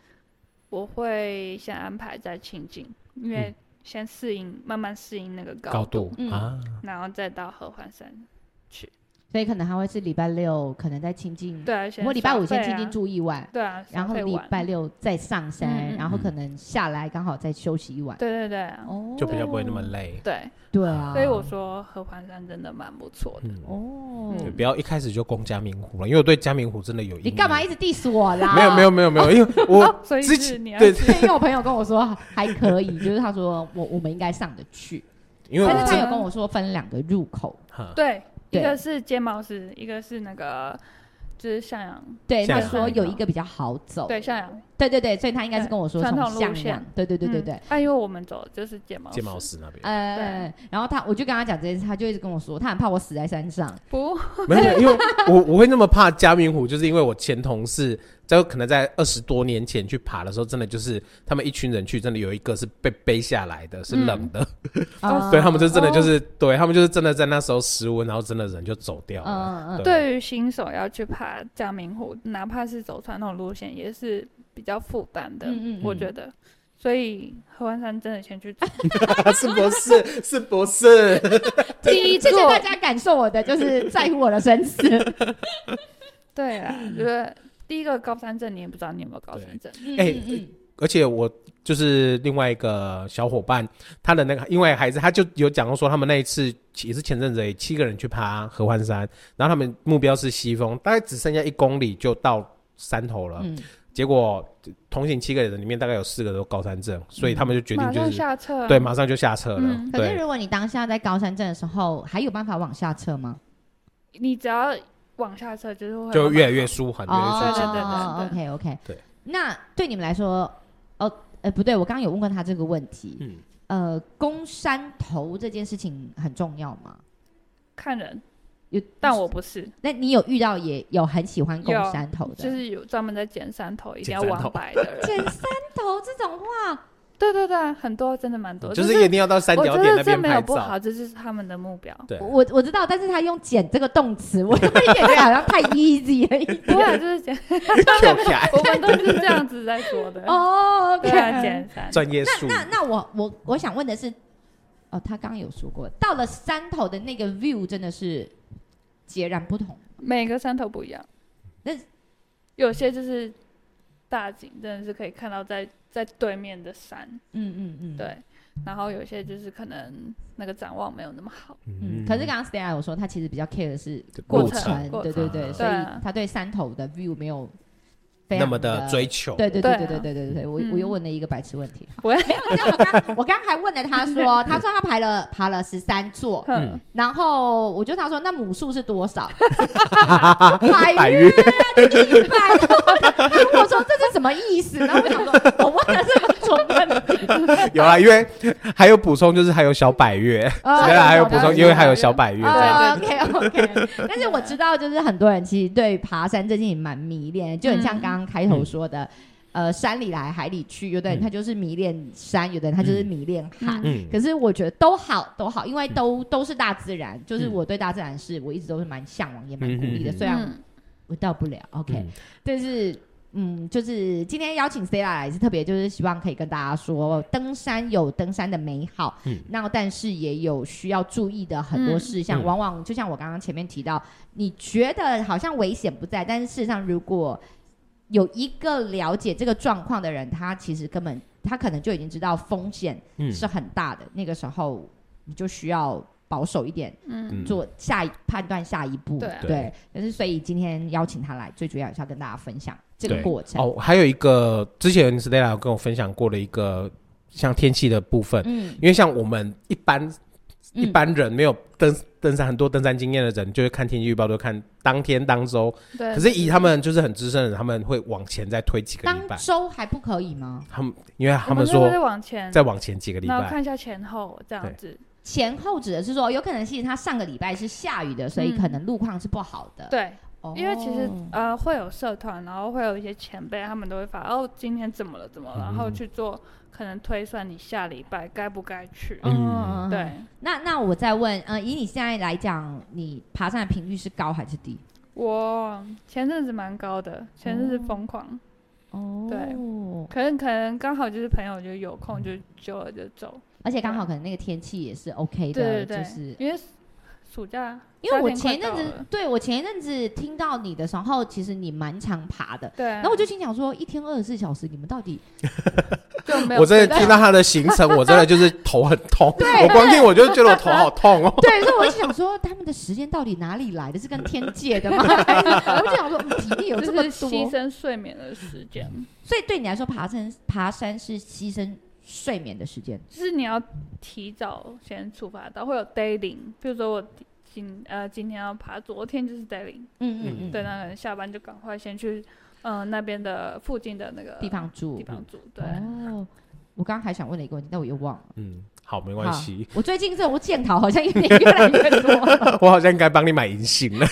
Speaker 3: 我会先安排在清境，因为先适应，慢慢适应那个高
Speaker 2: 高度
Speaker 1: 嗯
Speaker 2: 啊，
Speaker 3: 然后再到合欢山。
Speaker 1: 所以可能还会是礼拜六，可能在清境，
Speaker 3: 对啊，
Speaker 1: 我礼拜五
Speaker 3: 消费
Speaker 1: 先
Speaker 3: 啊
Speaker 1: 清境，住一晚，
Speaker 3: 对啊，
Speaker 1: 然
Speaker 3: 消
Speaker 1: 后
Speaker 3: 费
Speaker 1: 礼
Speaker 3: 完
Speaker 1: 拜，六再上山，
Speaker 3: 嗯嗯
Speaker 1: 然后可能下来刚好再休息一晚。
Speaker 3: 对对对啊、
Speaker 1: 哦
Speaker 2: 就比较不会那么嗯累。
Speaker 3: 对，
Speaker 1: 对啊，
Speaker 3: 所以我说合欢山真的蛮不错的。
Speaker 2: 嗯，
Speaker 1: 哦，
Speaker 2: 对不要一开始就攻嘉明湖了，因为我对嘉明湖真的有阴
Speaker 1: 你
Speaker 2: 影。
Speaker 1: 干嘛一直 diss 我啦？
Speaker 2: 没有没有没有没有，因为我
Speaker 3: 哦所以
Speaker 2: 之
Speaker 3: 是
Speaker 2: 前
Speaker 3: 你要
Speaker 2: 对，
Speaker 1: 对，因为我朋友跟我说还可以，就是他说我我们应该上得去，
Speaker 2: 因为
Speaker 1: 但
Speaker 2: 我
Speaker 1: 是
Speaker 2: 之
Speaker 1: 他有跟我说分两个入口，
Speaker 2: 哈
Speaker 3: 对，
Speaker 1: 对
Speaker 3: 一个是睫毛石，一个是那个就是向阳，
Speaker 1: 对，
Speaker 2: 下
Speaker 1: 他
Speaker 2: 来
Speaker 1: 说有一个比较好走，
Speaker 3: 对向阳
Speaker 1: 对对对，所以他应该是
Speaker 3: 对
Speaker 1: 跟我说
Speaker 3: 传
Speaker 1: 从
Speaker 3: 统路
Speaker 1: 向
Speaker 3: 线
Speaker 1: 往，对对对对对
Speaker 3: 嗯，但因为我们走的就是睫毛，
Speaker 2: 睫毛石那边，
Speaker 1: 呃，然后他我就跟他讲这件事，他就一直跟我说，他很怕我死在山上，
Speaker 3: 不，
Speaker 2: 没有，没有因为我我会那么怕嘉明湖，就是因为我前同事在可能在二十多年前去爬的时候，真的就是他们一群人去，真的有一个是被背下来的，是冷的，
Speaker 3: 哦嗯
Speaker 1: 啊
Speaker 2: 对他们就真的就是、对他们就是真的在那时候失温，然后真的人就走掉了。
Speaker 1: 嗯嗯嗯，
Speaker 3: 对于新手要去爬嘉明湖，哪怕是走传统路线，也是比较负担的，
Speaker 1: 嗯嗯
Speaker 3: 我
Speaker 2: 嗯
Speaker 3: 觉得。所以合欢山真的先去走，
Speaker 2: 是不是？ 是不是？
Speaker 1: 第一，谢谢大家感受我的，就是在乎我的生 死，
Speaker 3: 对
Speaker 1: 啊
Speaker 3: 啦，就是第一个高山症，你也不知道你有没有高山症，
Speaker 1: 嗯
Speaker 2: 哎
Speaker 1: 嗯嗯
Speaker 2: 而且我就是另外一个小伙伴，他的那个因为孩子，他就有讲到说，他们那一次也是前阵子也七个人去爬合欢山，然后他们目标是西峰，大概只剩下一公里就到山头了。
Speaker 1: 嗯
Speaker 2: 结果同行七个人里面大概有四个都高山症，所以他们就决定
Speaker 3: 嗯马
Speaker 2: 就
Speaker 3: 上
Speaker 2: 是、
Speaker 3: 下车。
Speaker 2: 对，马上就下车了。
Speaker 3: 嗯
Speaker 1: 可是
Speaker 2: 对，
Speaker 1: 如果你当下在高山镇的时候，还有办法往下撤吗？
Speaker 3: 你只要往下车，就是会
Speaker 2: 就
Speaker 3: 慢
Speaker 2: 越来
Speaker 3: 慢
Speaker 2: 越
Speaker 3: 好
Speaker 2: 舒缓，越来越舒
Speaker 1: 哦
Speaker 2: 缓。
Speaker 3: 对对对
Speaker 1: o
Speaker 3: 对
Speaker 1: k OK，
Speaker 2: 对。
Speaker 1: 那对你们来说，哦，呃，不对，我刚刚有问过他这个问题，
Speaker 2: 嗯
Speaker 1: 呃，攻山头这件事情很重要吗？
Speaker 3: 看人，
Speaker 1: 有，
Speaker 3: 但我不是，
Speaker 1: 那你有遇到也有很喜欢攻
Speaker 3: 有
Speaker 1: 山头的，
Speaker 3: 就是有专门在捡山头，一定
Speaker 2: 捡
Speaker 3: 要
Speaker 2: 山
Speaker 3: 往
Speaker 2: 头
Speaker 3: 白的 人。
Speaker 1: 捡山头这种话，
Speaker 3: 对对对，很多真的蛮多，
Speaker 2: 就是一定要到山
Speaker 3: 我
Speaker 2: 脚
Speaker 3: 觉
Speaker 2: 点
Speaker 3: 得
Speaker 2: 那
Speaker 3: 这
Speaker 2: 边
Speaker 3: 没
Speaker 2: 拍
Speaker 3: 有不
Speaker 2: 照
Speaker 3: 好，。这就是他们的目 标。
Speaker 2: 对，
Speaker 1: 我我知道，但是他用“捡”这个动词，我 就会觉得好像太 easy 了一点。
Speaker 3: 不啊，就是捡，
Speaker 2: 跳起来，
Speaker 3: 我们 都是这样子在说的。
Speaker 1: 哦，OK、
Speaker 3: 对
Speaker 1: o
Speaker 3: 啊，
Speaker 1: k
Speaker 3: 捡山。
Speaker 2: 专业术语。
Speaker 1: 那那我我我想问的是，哦，他刚刚有说过，到了山头的那个 view 真的是截然不同。
Speaker 3: 每个山头不一样。
Speaker 1: 那
Speaker 3: 有些就是大景，真的是可以看到在在对面的山，
Speaker 1: 嗯嗯嗯，。
Speaker 3: 对。然后有些就是可能那个展望没有那么好，
Speaker 1: 嗯，可是刚刚 Stella 有说，他其实比较 care 的是
Speaker 2: 过
Speaker 1: 过程
Speaker 2: 程，
Speaker 3: 过
Speaker 1: 对
Speaker 3: 程
Speaker 1: 对对，
Speaker 2: 啊
Speaker 1: 所以
Speaker 3: 对啊
Speaker 1: 他对山头的 view 没有非
Speaker 2: 那
Speaker 1: 常
Speaker 2: 么的
Speaker 1: 的
Speaker 2: 追求，
Speaker 1: 对对对对
Speaker 3: 对
Speaker 1: 对
Speaker 3: 啊
Speaker 1: 对对对，我
Speaker 3: 嗯
Speaker 1: 我又问了一个白痴问题。
Speaker 3: 不会
Speaker 1: 没有，你知道我刚我刚还问了他说， 他说他爬了爬了十三座，
Speaker 3: 嗯，
Speaker 1: 然后我就他说那母数是多少？
Speaker 2: 百
Speaker 1: 百
Speaker 2: 越
Speaker 1: 越一百，他跟 我说这是什么意思？然后我想说，我问的是很蠢 问题。
Speaker 2: 有啊，因为还有补充，就是还有小百月，
Speaker 1: 哦
Speaker 2: 原来还有补
Speaker 3: 小百
Speaker 2: 充，
Speaker 3: 越
Speaker 2: 因为还有小百月这样。
Speaker 1: 哦 OK OK，但是我知道，就是很多人其实对爬山这件事情蛮迷恋，就很像刚刚开头
Speaker 2: 嗯
Speaker 1: 说的，呃，山里来海里去，有的人他就是迷恋山，有的人他就是迷恋海。
Speaker 2: 嗯，
Speaker 1: 可是我觉得都好，都好，因为都都是大自然，就是我对大自然是我一直都是蛮向往，也蛮鼓励的。
Speaker 2: 嗯嗯嗯
Speaker 1: 虽然
Speaker 3: 嗯
Speaker 1: 我到不了，OK，、
Speaker 2: 嗯
Speaker 1: 但是嗯，就是今天邀请 Stella 来是特别，就是希望可以跟大家说，登山有登山的美好，
Speaker 2: 嗯
Speaker 1: 那但是也有需要注意的很多事项。
Speaker 2: 嗯嗯
Speaker 1: 往往就像我刚刚前面提到，你觉得好像危险不在，但是事实上如果有一个了解这个状况的人，他其实根本他可能就已经知道风险
Speaker 2: 嗯
Speaker 1: 是很大的，那个时候你就需要保守一点，
Speaker 3: 嗯，
Speaker 2: 嗯
Speaker 1: 做下一判断下一步，
Speaker 3: 对啊
Speaker 1: 对，但是所以今天邀请他来，最主要也是要跟大家分享这个
Speaker 2: 对
Speaker 1: 过程。
Speaker 2: 哦，还有一个之前 Stella 有跟我分享过的一个像天气的部分，
Speaker 1: 嗯，
Speaker 2: 因为像我们一般
Speaker 1: 嗯
Speaker 2: 一般人没有登登山很多登山经验的人，就会看天气预报，都看当天当周。
Speaker 3: 对。
Speaker 2: 可是以他们就是很资深的人，他们会往前再推几个礼
Speaker 1: 当
Speaker 2: 拜。
Speaker 1: 周还不可以吗？
Speaker 2: 他们因为他
Speaker 3: 我
Speaker 2: 们
Speaker 3: 就会
Speaker 2: 说
Speaker 3: 再往前，
Speaker 2: 再往前几个礼
Speaker 3: 然后
Speaker 2: 拜，
Speaker 3: 看一下前后这样子，
Speaker 1: 前后指的是说，有可能其实他上个礼拜是下雨的，所以
Speaker 3: 嗯
Speaker 1: 可能路况是不好的。
Speaker 3: 对，
Speaker 1: 哦，
Speaker 3: 因为其实呃会有社团，然后会有一些前辈，他们都会发哦今天怎么了怎么了，然后
Speaker 2: 嗯
Speaker 3: 去做可能推算你下礼拜该不该去，
Speaker 2: 嗯
Speaker 3: 对，，
Speaker 1: 那那我再问，呃，以你现在来讲，你爬山的频率是高还是低？
Speaker 3: 我前阵子蛮高的，前阵子疯狂，
Speaker 1: 哦
Speaker 3: 对可能可能刚好就是朋友就有空就久了就走，
Speaker 1: 而且刚好可能那个天气也是 OK 的，
Speaker 3: 对对
Speaker 1: 就
Speaker 3: 对，
Speaker 1: 是
Speaker 3: 因为暑假，
Speaker 1: 因为我
Speaker 3: 夏
Speaker 1: 前一
Speaker 3: 天快
Speaker 1: 阵
Speaker 3: 到
Speaker 1: 子
Speaker 3: 了，
Speaker 1: 对我前一阵子听到你的时候，其实你蛮常爬的。
Speaker 3: 对啊，
Speaker 1: 然后我就心想说，一天二十四小时，你们到 底
Speaker 3: 就没有
Speaker 2: 我真
Speaker 3: 睡
Speaker 2: 的
Speaker 3: 到
Speaker 2: 听到他的行程，我真的就是头很痛。我光听我就觉得我头好痛哦。
Speaker 1: 对？所以我就想说，他们的时间到底哪里来的？是跟天借 的吗？还是我就想说，嗯体力有这
Speaker 3: 就是
Speaker 1: 么多，
Speaker 3: 牺牲睡眠的时间，
Speaker 1: 所以对你来说，爬山爬山是牺牲睡眠的时间。
Speaker 3: 就是你要提早先出发到，会有 day 零，比如说我今呃今天要爬，昨天就是 day 零，
Speaker 1: 嗯嗯嗯，
Speaker 3: 对，那个人下班就赶快先去呃那边的附近的那个
Speaker 1: 地方住
Speaker 3: 地。方住，对，
Speaker 1: 哦，我刚刚还想问了一个问题，但我又忘了。
Speaker 2: 嗯，好，没关系，
Speaker 1: 我最近这种检讨好像有点越来越 多。
Speaker 2: 我好像应该帮你买银杏了。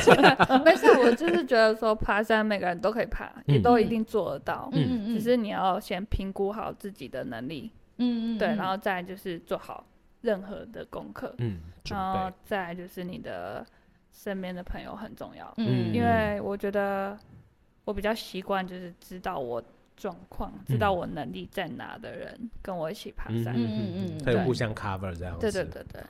Speaker 3: 没事，我就是觉得说爬山每个人都可以爬，也
Speaker 2: 嗯
Speaker 3: 都一定做得到，
Speaker 1: 嗯
Speaker 3: 只是你要先评估好自己的能力，
Speaker 1: 嗯
Speaker 3: 对，然后再来就是做好任何的功课，
Speaker 2: 嗯，准
Speaker 3: 然后
Speaker 2: 备，
Speaker 3: 再来就是你的身边的朋友很重要，
Speaker 2: 嗯
Speaker 3: 因为我觉得我比较习惯就是知道我状况、知道我能力在哪的人跟我一起爬
Speaker 2: 嗯
Speaker 3: 山。
Speaker 2: 嗯嗯，可以互相 cover 这样子。
Speaker 3: 对对对对，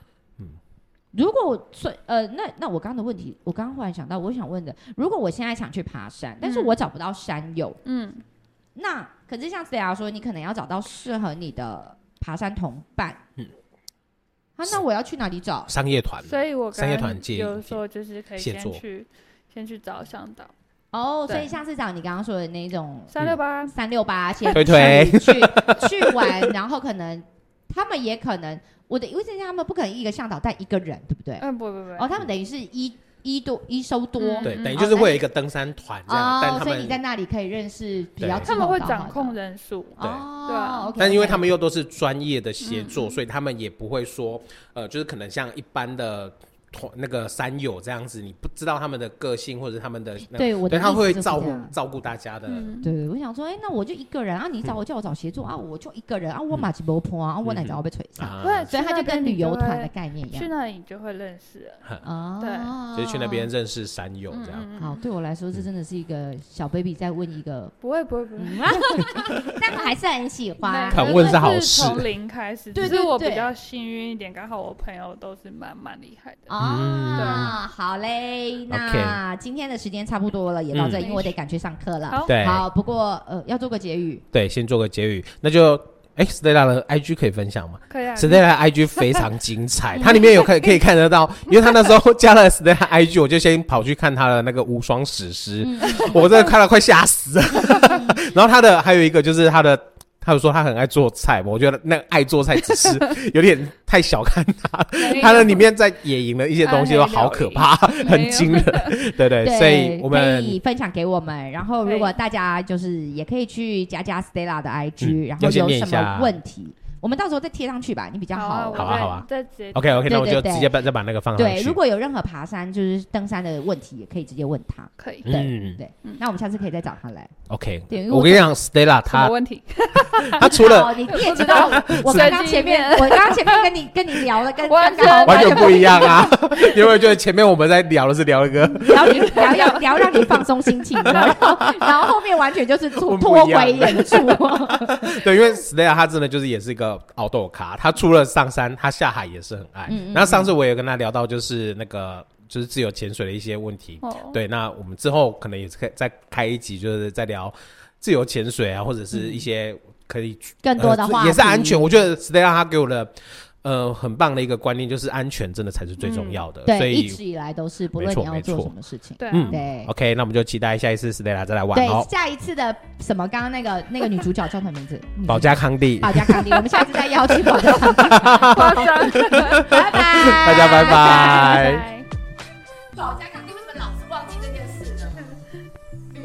Speaker 1: 如果我所以呃，那那我刚刚的问题，我刚刚忽然想到，我想问的，如果我现在想去爬山，但是
Speaker 3: 嗯
Speaker 1: 我找不到山友，
Speaker 3: 嗯，
Speaker 1: 那可是像思雅说，你可能要找到适合你的爬山同伴。嗯
Speaker 2: 嗯，
Speaker 1: 啊，那我要去哪里找？
Speaker 2: 商业团，
Speaker 3: 所以我
Speaker 2: 商
Speaker 3: 刚
Speaker 2: 业
Speaker 3: 刚
Speaker 2: 团建议
Speaker 3: 有说就是可以
Speaker 2: 协
Speaker 3: 先
Speaker 2: 作嗯
Speaker 3: 去先去找向导
Speaker 1: 哦，所以
Speaker 3: 对
Speaker 1: 下次找你刚刚说的那种
Speaker 3: 三六八，
Speaker 1: 三六八先
Speaker 2: 推推
Speaker 1: 去去去玩，然后可能他们也可能我的，因为现在他们不可能一个向导带一个人，对不对？
Speaker 3: 嗯不不不，
Speaker 1: 哦，他们等于是一一多一收多。
Speaker 3: 嗯
Speaker 2: 对，等于就是会有一个登山团这样，但
Speaker 1: 哦，
Speaker 2: 他
Speaker 1: 所以你在
Speaker 2: 们，
Speaker 1: 那里可以认识比较
Speaker 2: 对
Speaker 3: 他们会掌
Speaker 1: 控
Speaker 3: 控
Speaker 1: 人。
Speaker 3: 人数，
Speaker 2: 对
Speaker 3: 对啊
Speaker 1: 哦，OK，嗯
Speaker 2: 但因为他
Speaker 1: 们
Speaker 2: 们又都是专业的协作，所以他们也不会说，呃，就是可能像一般的团那个山友这样子，你不知道他们的个性或者他们的那个，
Speaker 1: 对我的
Speaker 2: 对，他
Speaker 1: 意思
Speaker 2: 会
Speaker 1: 就是
Speaker 2: 照
Speaker 1: 这
Speaker 2: 顾
Speaker 1: 样
Speaker 2: 照顾大家的，
Speaker 3: 嗯，
Speaker 1: 对对，我想说，哎，那我就一个
Speaker 2: 嗯
Speaker 1: 人啊，你找我叫我找协作啊，我就一个人啊，我马吉波坡啊，啊我奶早要被吹上，
Speaker 2: 啊，
Speaker 3: 对，
Speaker 1: 所以他就跟旅游团的概念一
Speaker 3: 去
Speaker 1: 样
Speaker 3: 那里你就会认识了，
Speaker 1: 哦，
Speaker 2: 就是去那边认识山友这样。
Speaker 3: 嗯
Speaker 1: 好，，对我来说，这真的是一个小 baby 在问一个，
Speaker 3: 不会不会不会，
Speaker 4: 但我还是很喜 欢。
Speaker 2: 肯嗯问是好事
Speaker 3: 从零开始，
Speaker 1: 啊对
Speaker 3: 只是
Speaker 1: 对
Speaker 3: 我
Speaker 1: 对
Speaker 3: 比较幸运一点，刚好我朋友都是蛮蛮厉害的。
Speaker 2: 嗯
Speaker 1: 啊，哦好嘞，那今天的时间差不多了，也到这，
Speaker 2: 嗯
Speaker 1: 因为我得赶去上课了。
Speaker 3: 好
Speaker 2: 对
Speaker 1: 嗯好，不过呃，要做个结语，
Speaker 2: 对，先做个结语，那就哎，Stella 的 IG 可以分享吗？
Speaker 3: 可
Speaker 1: 嗯
Speaker 3: 以啊，
Speaker 2: Stella 的 IG 非常精彩，它里面有可以可以看得到，因为他那时候加了 Stella 的 IG，我就先跑去看他的那个无双史诗，
Speaker 1: 嗯
Speaker 2: 我真的看了快吓死了。然后他的还有一个就是他的。他有说他很爱做菜嘛，我觉得那个爱做菜只是 有点太小看他，他的里面在野营的一些东西
Speaker 1: 啊
Speaker 2: 都好可怕，很惊 人，对对， 所以我
Speaker 1: 可
Speaker 2: 们
Speaker 1: 以分享给我们。然后，如果大家就是也可以去加加 Stella 的 IG，、
Speaker 2: 嗯
Speaker 1: 然后
Speaker 2: 要先
Speaker 1: 有
Speaker 2: 念
Speaker 1: 什
Speaker 2: 一
Speaker 1: 么
Speaker 2: 下
Speaker 1: 问题，我们到时候再贴上去吧，你比较
Speaker 3: 啊，
Speaker 1: 好
Speaker 3: 我
Speaker 2: 好啊好啊
Speaker 3: 再再直接
Speaker 2: OK OK，那我
Speaker 1: 对
Speaker 2: 就
Speaker 1: 对
Speaker 2: 直接把再把那个放上
Speaker 1: 对，
Speaker 2: 去。
Speaker 1: 如果有任何爬山就是登山的问题，也可以直接问他。
Speaker 3: 可以。
Speaker 2: 嗯
Speaker 1: 对，那我们下次可以再找他来。
Speaker 2: OK，
Speaker 1: 对因为我
Speaker 2: 我跟你讲，Stella
Speaker 3: 什么
Speaker 2: 她
Speaker 3: 问题？
Speaker 2: 她除 了
Speaker 1: 哦你你也知道，我刚刚前面，我刚刚前面跟你跟你聊了，跟刚
Speaker 3: 完全
Speaker 1: 刚
Speaker 2: 完全不一样啊！因为就是前面我们在聊的是聊一个
Speaker 1: 聊你聊要聊让你放松心情的，然后然后后面完全就是
Speaker 2: 我
Speaker 1: 脱
Speaker 2: 们不
Speaker 1: 脱
Speaker 2: 一样
Speaker 1: 回演 出。
Speaker 2: 对，因为 Stella 她真的就是也是一个奥豆咖，她除了上山，她下海也是很爱。
Speaker 1: 嗯嗯
Speaker 2: 那上次我也跟她聊到，就是那个就是自由潜水的一些问题。
Speaker 3: 哦，
Speaker 2: 对，那我们之后可能也是可以再开一集，就是在聊自由潜水啊，或者是一些可以
Speaker 1: 嗯更多的
Speaker 2: 呃
Speaker 1: 话题
Speaker 2: 也是安全。我觉得 Stella 她给我的呃很棒的一个观念，就是安全真的才是最重要的。所
Speaker 1: 嗯对，一
Speaker 2: 以
Speaker 1: 直以来都是，不
Speaker 2: 没
Speaker 1: 论
Speaker 2: 错
Speaker 1: 你要
Speaker 2: 没
Speaker 1: 做
Speaker 2: 错
Speaker 1: 什么事情，
Speaker 3: 对啊，
Speaker 2: 嗯
Speaker 1: 对
Speaker 2: OK，那我们就期待下一次 Stella 再来玩
Speaker 1: 对，
Speaker 2: 哦。
Speaker 1: 下一次的什么？刚刚那个那个女主角叫什么名字？
Speaker 2: 保加康帝，
Speaker 1: 保加康帝，我们下次再邀请保加康帝，
Speaker 3: 夸张，
Speaker 1: 拜拜，大
Speaker 2: 大家 拜拜
Speaker 3: 拜拜。
Speaker 1: 保加康帝为什么老是忘记这件事呢？